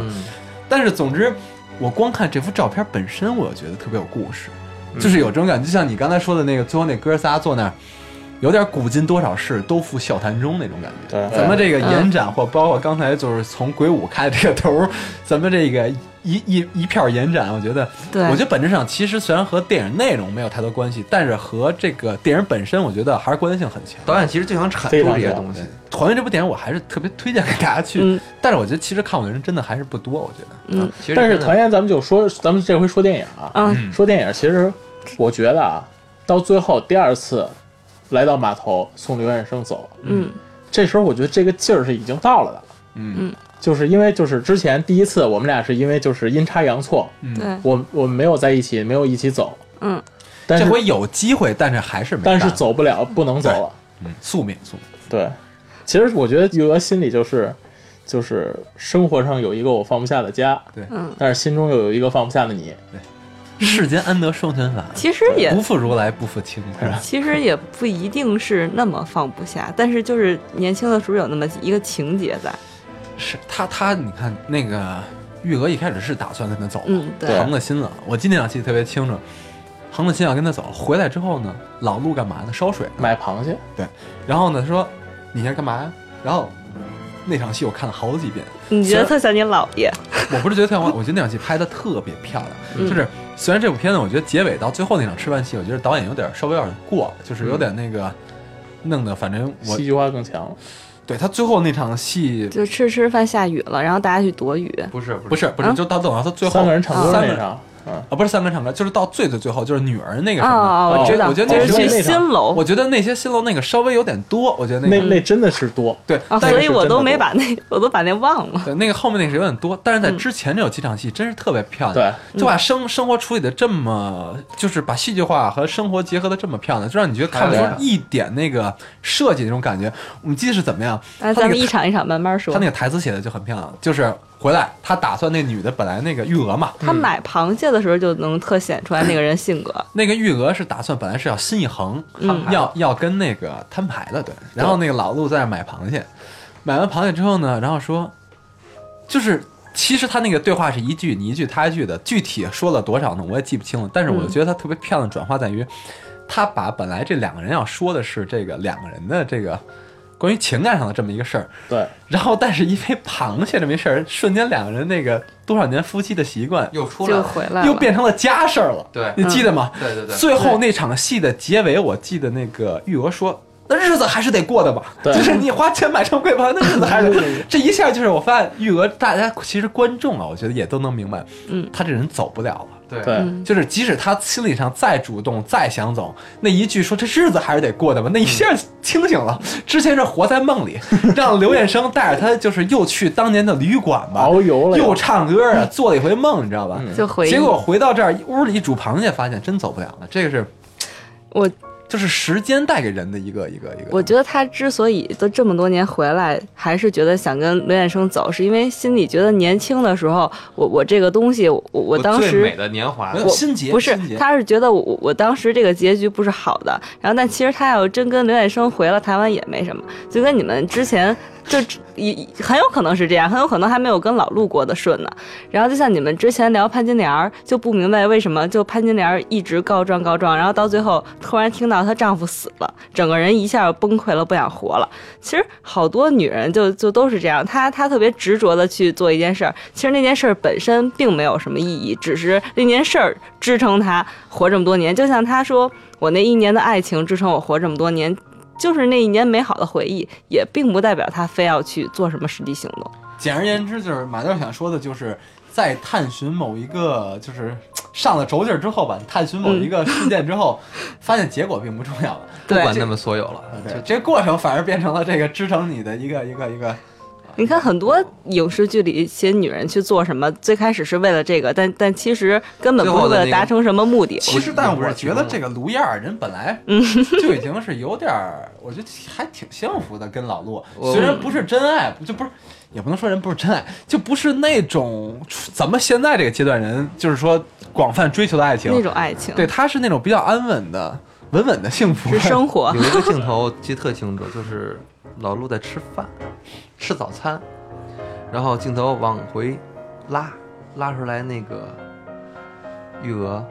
但是总之，我光看这幅照片本身，我就觉得特别有故事，嗯就是有这种感觉，就像你刚才说的那个，最后那哥仨坐那儿。有点古今多少事，都付笑谈中那种感觉。对咱们这个嗯延展，或包括刚才就是从鬼舞开这个头儿，咱们这个一一一票延展，我觉得，对我觉得本质上其实虽然和电影内容没有太多关系，但是和这个电影本身，我觉得还是关联性很强。导演其实就想阐非述常这些强东西。团圆这部电影，我还是特别推荐给大家去，嗯但是我觉得其实看我的人真的还是不多，我觉得。嗯，其实但是真的团圆咱们就说，咱们这回说电影啊，嗯说电影，其实我觉得啊，到最后第二次来到码头送刘远生走，嗯这时候我觉得这个劲儿是已经到了的，嗯就是因为就是之前第一次我们俩是因为就是阴差阳错，嗯对，我我们没有在一起，没有一起走，嗯但这是回有机会，但是还是没但是办法走不了，不能走了，嗯宿命宿命。对，其实我觉得有个心理就是。就是生活上有一个我放不下的家，嗯，但是心中又有一个放不下的你。世间安得双全法？其实也不负如来不负卿，是 *laughs* 吧？其实也不一定是那么放不下，但是就是年轻的时候有那么一个情节在。是他他，你看那个玉娥一开始是打算跟他走嘛，嗯，对对横了心了。我今天想记得特别清楚，横了心要跟他走。回来之后呢，老陆干嘛呢？烧水呢。买螃蟹，然后呢，他说你在干嘛呀？然后那场戏我看了好几遍，你觉得特像你姥爷？我不是觉得特像，我觉得那场戏拍的特别漂亮。就是虽然这部片子，我觉得结尾到最后那场吃饭戏，我觉得导演有点稍微有点过了，就是有点那个。弄得反正我戏剧化更强。对他最后那场戏就吃吃饭下雨了，然后大家去躲雨。不是不不是，是不是，啊就到等到他最后三个人唱歌三个那人场，嗯，啊，不是三个人唱歌，就是到最最最后就是女儿那个什哦么，哦，我知道，我觉得就那是时候去那场新楼我觉得那些新楼那个稍微有点多，我觉得那个那真的是多。对，啊，但是所以是我真的都没多把那我都把那忘了。 *laughs* 对那个后面那个是有点多，但是在之前这有几场戏真是特别漂亮，对对，就把生生活处理的这么，就是把戏剧化和生活结合的这么漂亮，就让你觉得看不太厉害出了一点那个设计那种感觉。我们记得是怎么样？哎，他那咱个们一场一场慢慢说他那。个台词写的就很漂亮，就是回来他打算那女的本来那个玉娥嘛，他买螃蟹的时候就能特显出来那个人性格。那个玉娥是打算本来是要心一横，嗯要要跟那个摊牌的，对。然后那个老陆在那买螃蟹，买完螃蟹之后呢，然后说，就是其实他那个对话是一句你一句他一句的，具体说了多少呢，我也记不清了。但是我嗯觉得他特别漂亮，转化在于他把本来这两个人要说的是这个两个人的这个关于情感上的这么一个事儿，对，然后但是因为螃蟹这么一事儿，瞬间两个人那个多少年夫妻的习惯又出来就了，回来了，又变成了家事儿了。对你记得吗？对对对，最后那场戏的结尾，我记得那个玉娥说：“那日子还是得过的吧，对就是你花钱买张 *laughs* 贵盘，那日子还是对对对……这一下就是我发现玉娥，大家其实观众啊，我觉得也都能明白，嗯，他这人走不了了。对对嗯就是即使他心理上再主动、再想走，那一句说这日子还是得过的吧，那一下清醒了。嗯之前是活在梦 *laughs* 里，让刘彦生带着他，就是又去当年的旅馆吧，遨游了又唱歌啊，做了一回梦，你知道吧？嗯就回忆结。果回到这儿，屋里一煮螃蟹，发现真走不了了。这个是我就是时间带给人的一个一个一个。我觉得他之所以都这么多年回来，还是觉得想跟刘彦生走，是因为心里觉得年轻的时候，我我这个东西，我我我当最时美的年华啊没，有我心结不是心，结他是觉得我我我当时这个结局不是好的，然后但其实他要真跟刘远生回了台湾也没什么，就跟你们之前就也也很有可能是这样，很有可能还没有跟老陆过得顺呢。然后就像你们之前聊潘金莲儿，就不明白为什么就潘金莲儿一直告状告状，然后到最后突然听到她丈夫死了，整个人一下崩溃了，不想活了。其实好多女人就就都是这样，她她特别执着的去做一件事儿，其实那件事儿本身并没有什么意义，只是那件事儿支撑她活这么多年。就像她说，我那一年的爱情支撑我活这么多年，就是那一年美好的回忆，也并不代表她非要去做什么实际行动。简而言之，就是马六想说的，就是在探寻某一个就是上了轴劲儿之后吧，探寻某嗯一个事件之后，发现结果并不重要了。不对，管那么所有了， *laughs* 对，这过程反而变成了这个支撑你的一个一个一个。你看很多影视剧里写女人去做什么，最开始是为了这个，但但其实根本不是为了达成什么目的。其实，但我觉得这个卢燕儿人本来嗯就已经是有点儿，我觉得还挺幸福的，跟老陆我虽然不是真爱，就不是。也不能说人不是真爱，就不是那种咱们现在这个阶段人，就是说广泛追求的爱情那。种爱情，对，他是那种比较安稳的、稳稳的幸福是。生活有。一个镜头记得特清楚，就是老陆在吃饭，吃早餐，然后镜头往回拉，拉出来那个玉娥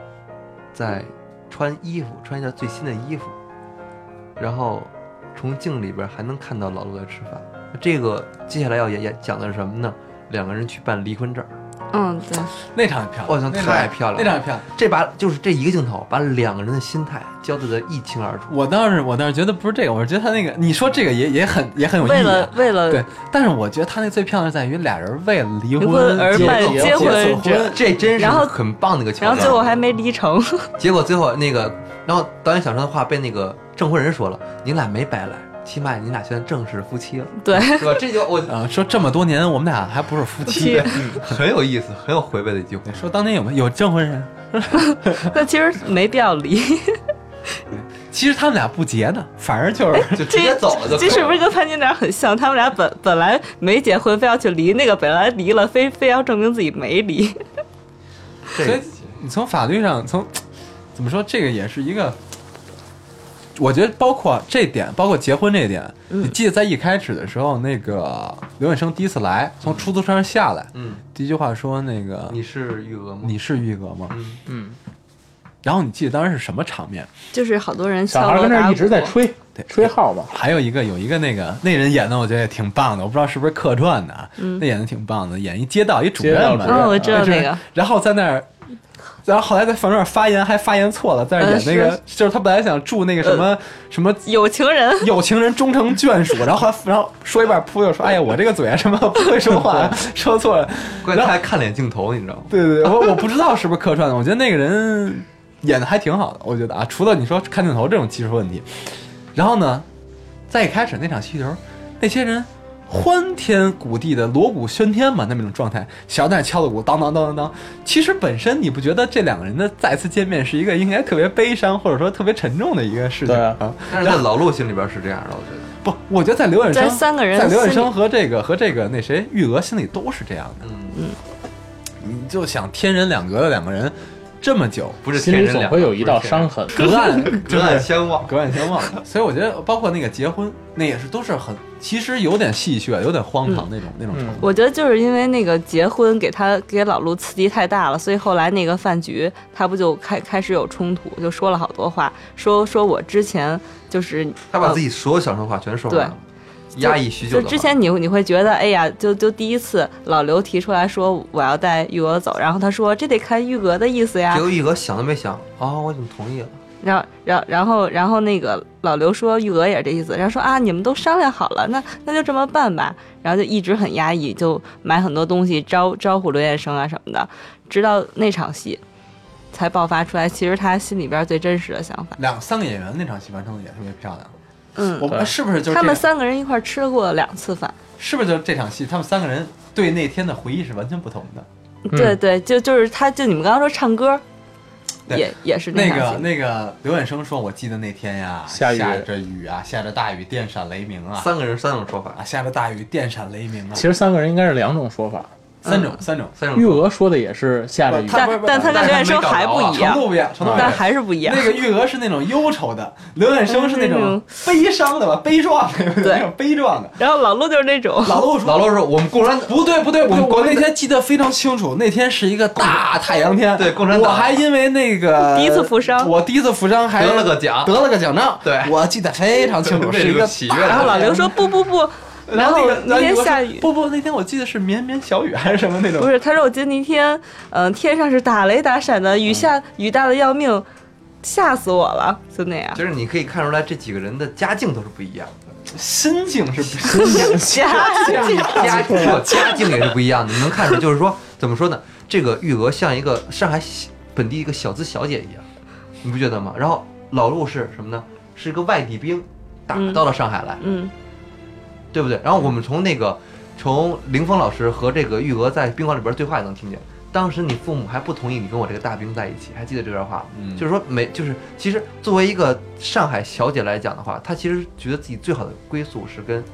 在穿衣服，穿一件最新的衣服，然后从镜里边还能看到老陆在吃饭。这个接下来要演演讲的是什么呢？两个人去办离婚证儿，嗯，对， *laughs* 那场也漂亮，我操那场太漂亮了那场也漂亮。这把就是这一个镜头，把两个人的心态交代的一清二楚。我当时我当时觉得不是这个，我是觉得他那个，你说这个也也很也很有意义、啊。为了为对了，但是我觉得他那最漂亮在于俩人为了离离婚而结办结结结婚婚证，这真是哦然后很棒的一个桥然后段。最后还没离成， *laughs* 结果最后那个，然后导演想说的话被那个证婚人说了，你俩没白来，起码你俩现在正式夫妻了，对，对吧？这就我啊，说这么多年我们俩还不是夫妻夫妻。很有意思，很有回味的一句话。说当年有没有有证婚人？那其实没必要离。其实他们俩不结呢，反而就是哎就 *laughs* 直接这走了就可这以了是不是跟潘金莲很像？他们俩本本来没结婚，非要去离，那个本来离了，非非要证明自己没离。所以这你从法律上，从怎么说，这个也是一个，我觉得包括这点，包括结婚这点，嗯你记得在一开始的时候，那个刘远生第一次来，从出租车上下来，嗯，第一句话说那个你是玉娥吗？你是玉娥吗？嗯，嗯，然后你记得当时是什么场面？ *laughs* 就是好多人小敲孩锣跟那打儿鼓，一直在吹对吹号嘛，还有一个有一个那个那人演的，我觉得也挺棒的，我不知道是不是客串的啊，那演的挺棒的，演一街道一主任街道嘛，主任嗯，我知道就是那个，然后在那儿，然后后来在房那儿发言，还发言错了，在那儿演那个，呃是呃就是他本来想祝那个什么、什么有情人，有情人终成眷属，然后还然后说一半扑又说，哎呀，我这个嘴啊什么不会说 *laughs* 话，说错了。关键他还看脸镜头，你知道吗？对对对， *laughs* 我我不知道是不是客串的，我觉得那个人演的还挺好的，我觉得啊，除了你说看镜头这种技术问题，然后呢，在一开始那场戏的时候，那些人欢天鼓地的锣鼓喧天嘛，那么一种状态，小奈敲的鼓当当当当当。其实本身你不觉得这两个人的再次见面是一个应该特别悲伤或者说特别沉重的一个事情对啊啊？但是在老陆心里边是这样的，我觉得。不，我觉得在刘远生在三个人在刘远心生里和这个和这个那谁玉娥心里都是这样的。嗯，你就想天人两隔的两个人这么久，不是心天里人总两会有一道伤，痕。 *laughs* 隔岸隔岸相望。隔岸相望。所以我觉得，包括那个结婚，那也是都是很，其实有点戏谑，有点荒唐那种、那种程度。我觉得就是因为那个结婚给他给老陆刺激太大了，所以后来那个饭局他不就开开始有冲突，就说了好多话，说说我之前就是他把呃自己所有想说的话全说出来了，压抑许久就的话。之前你你会觉得，哎呀，就就第一次老刘提出来说我要带玉娥走，然后他说这得看玉娥的意思呀结，果玉娥想都没想，哦，我怎么同意了？然后然后然后然后那个老刘说玉娥也是这意思，然后说啊你们都商量好了，那那就这么办吧，然后就一直很压抑，就买很多东西招招呼刘彦生啊什么的，直到那场戏才爆发出来，其实他心里边最真实的想法。两三个演员那场戏完成的也特别漂亮。嗯我们对是不是哦就是他这们个三个人一块儿吃过两次饭，是不是就是这场戏，他们三个人对那天的回忆是完全不同的。对对，就就是他，就你们刚刚说唱歌，对也也是那场戏。个那个刘远生说，我记得那天呀，下雨着雨啊，下着大雨，电闪雷鸣啊，三个人三种说法啊，，下着大雨，电闪雷鸣啊，其实三个人应该是两种说法，三种三种。三种玉说法。娥说的也是下着雨，他但不是不是但他跟但刘他远生没搞还着不啊一程样，度不一样，程度不一但样。还是不一样。 *laughs* 那个玉娥是那种忧愁 *laughs* 的，刘远生是那嗯种嗯悲伤的吧，悲壮的， *laughs* 对那种悲壮的。然后老陆就是那种，老陆老说。陆说：“我们共产党不对不对，不对，我我那天记得非常清楚，那天是一个大太阳天，对共产党我还因为那个第一次负 *laughs* 伤我第一次负伤还得了个奖得了个奖状，对我记得非常 *laughs* 清楚，对是一那个种喜悦大的然后老刘说不不不，然后那个那天然后下我说雨，不不，那天我记得是绵绵小雨还是什么那种，不是，他说我今天天，嗯，天上是打雷打闪嗯的，雨下雨大的要命，吓死我了，就那样就。是你可以看出来这几个人的家境都是不一样 *laughs* 的，心境是不一样的吓家境家境也是不一样的。你能看出 *laughs* 来，就是说怎么说呢？这个玉娥像一个上海小本地一个小资小姐一样，你不觉得吗？然后老陆是什么呢？是一个外地兵，打嗯到了上海来， *laughs* *laughs* 嗯，对不对？然后我们从那个从林峰老师和这个玉娥在宾馆里边对话也能听见。当时你父母还不同意你跟我这个大兵在一起，还记得这段话吗？嗯就是说没，就是其实作为一个上海小姐来讲的话，她其实觉得自己最好的归宿是跟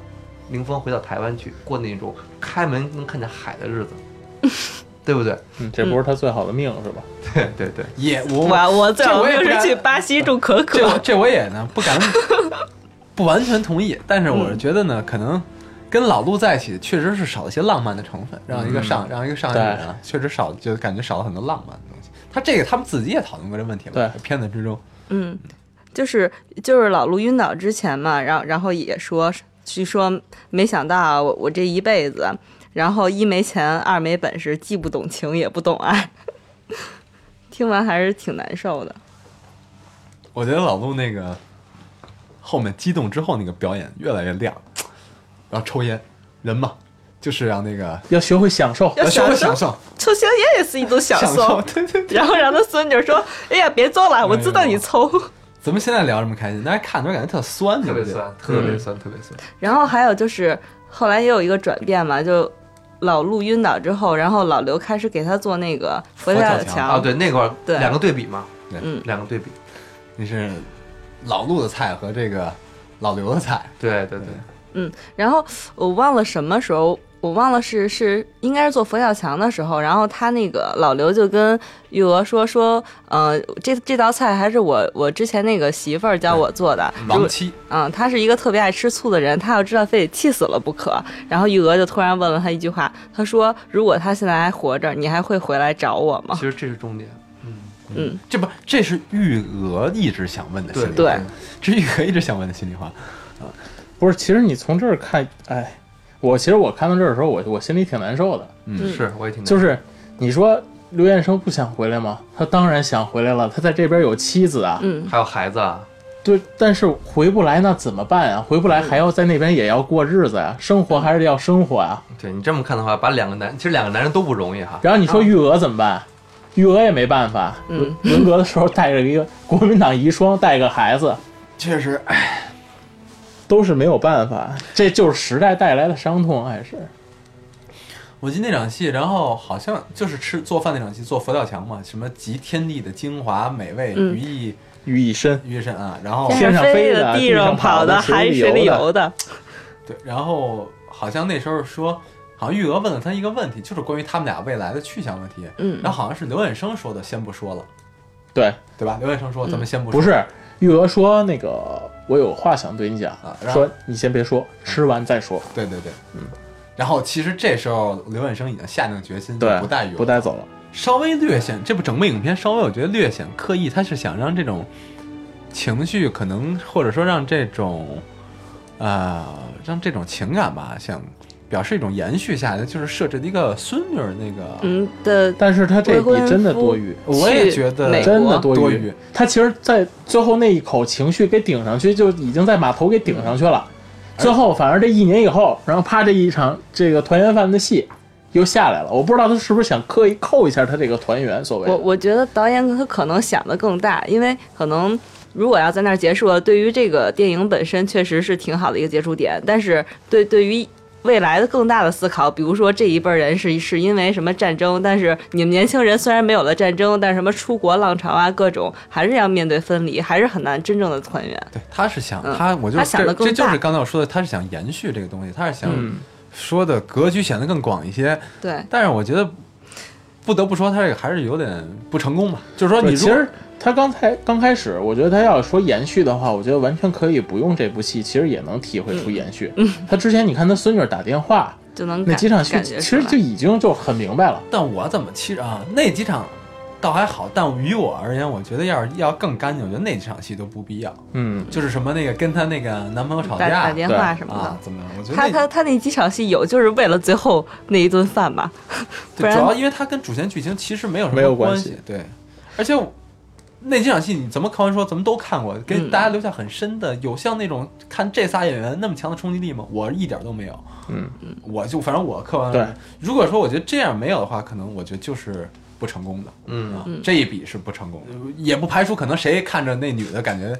林峰回到台湾去过那种开门能看见海 *laughs* 的日子，对不对？嗯这不是他最好的命是吧？ *laughs* 对对对， *laughs* 也我我我最这好我也就不是敢去巴西种可可这。我这我也呢不敢不完全同意，但是我嗯是觉得呢，可能跟老陆在一起确实是少了一些浪漫的成分，让嗯一个上、让一个上海人啊，确实少就感觉少了很多浪漫的东西。他这个他们自己也讨论过这问题嘛，对片子之中，嗯，就是就是老陆晕倒之前嘛，然后然后也说，据说没想到啊我我这一辈子，然后一没钱，二没本事，既不懂情也不懂爱，听完还是挺难受的。我觉得老陆那个后面激动之后那个表演越来越亮，然后抽烟，人嘛就是让那个呃要学会享受，要学享会受享受，抽香烟也是一种 *laughs* 享享受，对对对。然后让他孙女说：“哎呀，别做了，我知道你抽。咱们现在聊这么开心，大家看的时候感觉特酸，特对不别对？酸，特别酸，特别酸。然后还有就是后来也有一个转变嘛，就老陆晕倒之后，然后老刘开始给他做那个佛跳佛跳墙墙啊，对，那块儿对两个对比嘛，对嗯两个对比，你是老陆的菜和这个老刘的菜，对对对，然后呃我忘了什么时候，我忘了是是应该是做佛跳墙的时候，然后他那个老刘就跟玉娥说说，呃，这这道菜还是我我之前那个媳妇儿教我做的，如亡妻。嗯，他是一个特别爱吃醋的人，他要知道非得气死了不可。然后玉娥就突然问了他一句话，他说：“如果他现在还活着，你还会回来找我吗其实这是重点。嗯，嗯，这不这是玉娥一直想问的心里话，对这是玉娥一直想问的心里话。不是，其实你从这儿看，哎，我其实我看到这儿的时候，我我心里挺难受的。嗯是我也挺就是你说刘彦生不想回来吗？他当然想回来了，他在这边有妻子啊。嗯，还有孩子啊，对，但是回不来那怎么办啊？回不来还要在那边也要过日子呀、生活还是要生活啊。对你这么看的话，把两个男，其实两个男人都不容易哈。然后你说玉娥怎么办？玉娥也没办法，嗯文革的时候带着一个国民党遗孀，带个孩子，确实，哎都是没有办法，这就是时代带来的伤痛，还是我记得那场戏，然后好像就是吃做饭那场戏，做佛跳墙嘛，什么集天地的精华美味嗯于一寓意深。于一身啊，然后天上飞飞的地地上上跑的的，水海里水里游的游的，对，然后好像那时候说，好像玉娥问了他一个问题，就是关于他们俩未来的去向问题。嗯然后好像是刘远生说的，先不说了，对，对吧？刘远生说，嗯咱们先不说。不是玉娥说那个，我有话想对你讲啊，然后说你先别说，吃完再说。对对对，嗯。然后其实这时候刘远生已经下定决心，对，不带玉娥，不带走了。稍微略显这部整部影片稍微我觉得略显刻意，他是想让这种情绪可能或者说让这种呃让这种情感吧，想表示一种延续下来，就是设置了一个孙女儿那个，嗯的，但是他这未一婚集真的夫多余，我也觉得美真的国多多余余。他其实，在最后那一口情绪给顶上去，就已经在码头给顶上去了。嗯最后，反而这一年以后，然后啪，这一场这个团圆饭的戏又下来了。我不知道他是不是想刻意扣一下他这个团圆，所谓我的我觉得导演他可能想的更大，因为可能如果要在那儿结束了，对于这个电影本身确实是挺好的一个接触点，但是对对于。未来的更大的思考，比如说这一辈儿人是是因为什么战争，但是你们年轻人虽然没有了战争，但是什么出国浪潮啊，各种还是要面对分离，还是很难真正的团圆。对，他是想嗯他，我就他是想得这更这就是大刚才我说的，他是想延续这个东西，他是想嗯说的格局显得更广一些，对，但是我觉得。不得不说，他这个还是有点不成功吧。就是说，你对如其果实他刚才刚开始，我觉得他要说延续的话，我觉得完全可以不用这部戏，其实也能体会出延续。他之前你看他孙女打电话就能那感几场戏，感觉其出实来就已经就很明白了。但我怎么其实啊，那几场倒还好，但于我而言，我觉得要是要更干净，我觉得那几场戏都不必要。嗯，就是什么那个跟她那个男朋友吵打架打电话什么的啊，。怎么样？我觉得他那他他那几场戏有，就是为了最后那一顿饭吧。 *laughs* 不对，然主要因为它跟主线剧情其实没有什没有么关关系对，而且我那几场戏你怎么看完说咱们都看过，给嗯大家留下很深的，有像那种看这仨演员那么强的冲击力吗？我一点都没有。嗯，我就反正我看完对了，如果说我觉得这样没有的话，可能我觉得就是不成功的。嗯啊，这一笔是不成功的，也不排除可能谁看着那女的感觉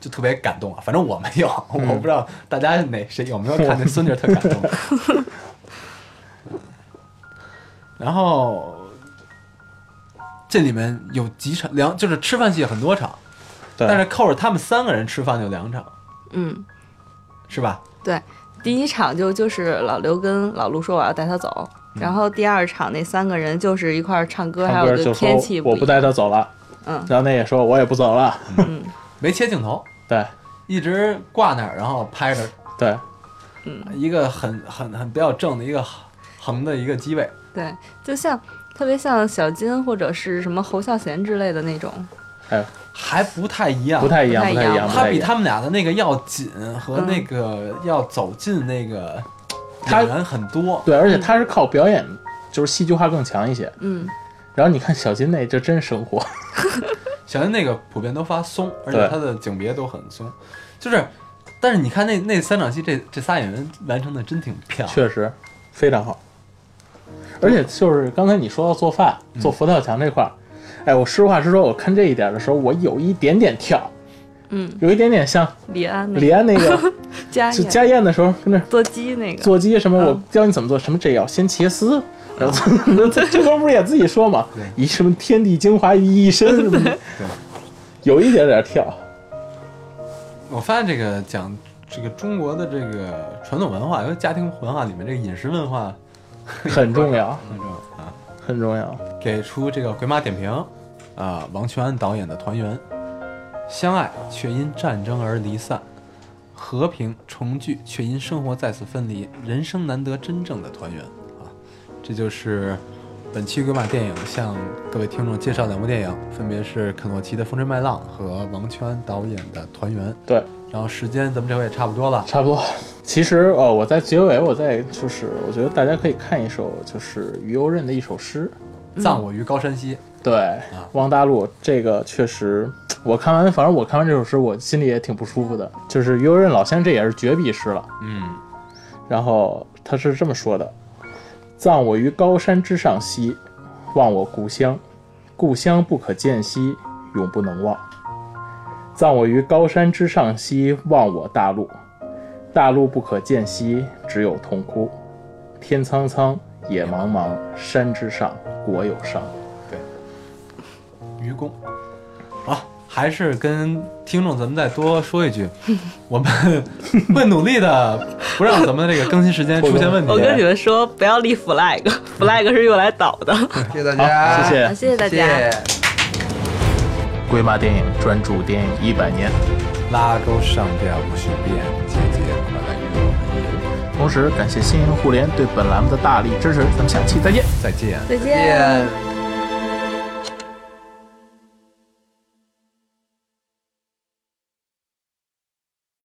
就特别感动啊。反正我没有，嗯我不知道大家哪谁有没有看那孙女儿特感动。 *laughs* 嗯然后这里面有几场两，就是吃饭戏很多场，对但是扣着他们三个人吃饭就两场，嗯，是吧？对，第一场就就是老刘跟老陆说我要带他走，然后第二场那三个人就是一块儿唱歌，嗯还唱有歌对就说天气我不一样带他走了，嗯，然后那也说我也不走了。没切镜头，对一直挂那儿，然后拍着对，一个很很很比较正的一个横的一个机位。对，就像特别像小金或者是什么侯孝贤之类的那种，哎，还不太一样，不太一样，不太不一太一样样，不他太一比样。他们俩的那个要紧和那个要走进那个他演员很多，对，而且他是靠表演，就是戏剧化更强一些。嗯，然后你看小金那这真生活，小金那个普遍都发松，而且对他的景别都很松，就是，但是你看那那三场戏，这这仨演员完成的真挺漂亮，确实非常好。而且就是刚才你说到做饭、做佛跳墙这块儿，哎，我实话实说，我看这一点的时候，我有一点点跳，嗯，有一点点像李安那李个安那个家就宴家宴的时候跟那做鸡那个，做鸡什么，我嗯教你怎么做，什么这要先切丝，然后 *laughs* 这这哥们儿也自己说嘛，以什么天地精华于一身什么的，有一点点跳，我发现这个讲这个中国的这个传统文化，因为家庭文化里面这个饮食文化很重要，很重要啊。很重要。给出这个鬼马点评，啊、王全安导演的《团圆》，相爱却因战争而离散，和平重聚却因生活再次分离，人生难得真正的团圆啊！这就是本期鬼马电影向各位听众介绍两部电影，分别是肯诺奇的《风吹麦浪》和王圈导演的《团圆》。对，然后时间咱们这回也差不多了，差不多。其实哦，我在结尾，我在就是，我觉得大家可以看一首就是于右任的一首诗， 《葬我于高山西》对，汪大陆这个确实，我看完，反正我看完这首诗，我心里也挺不舒服的。就是于右任老先生这也是绝笔诗了，嗯，然后他是这么说的：“葬我于高山之上兮，望我故乡，故乡不可见兮，永不能忘。葬我于高山之上兮，望我大陆，大陆不可见兮，只有痛哭。天苍苍，野茫茫，山之上，国有伤。”愚公。好，还是跟听众咱们再多说一 *laughs* 句，我们会努力的，不让咱们这个更新时间出现问题。我跟你们说，不要立嗯 flag，flag 是用来倒的。谢谢大家，谢谢好，谢谢大谢家。谢龟马电影专注电影一百年。拉钩上吊不许变，节节快来与我们同时感谢新银互联对本栏目的大力支持，咱们下期再见。一再见。再见。见。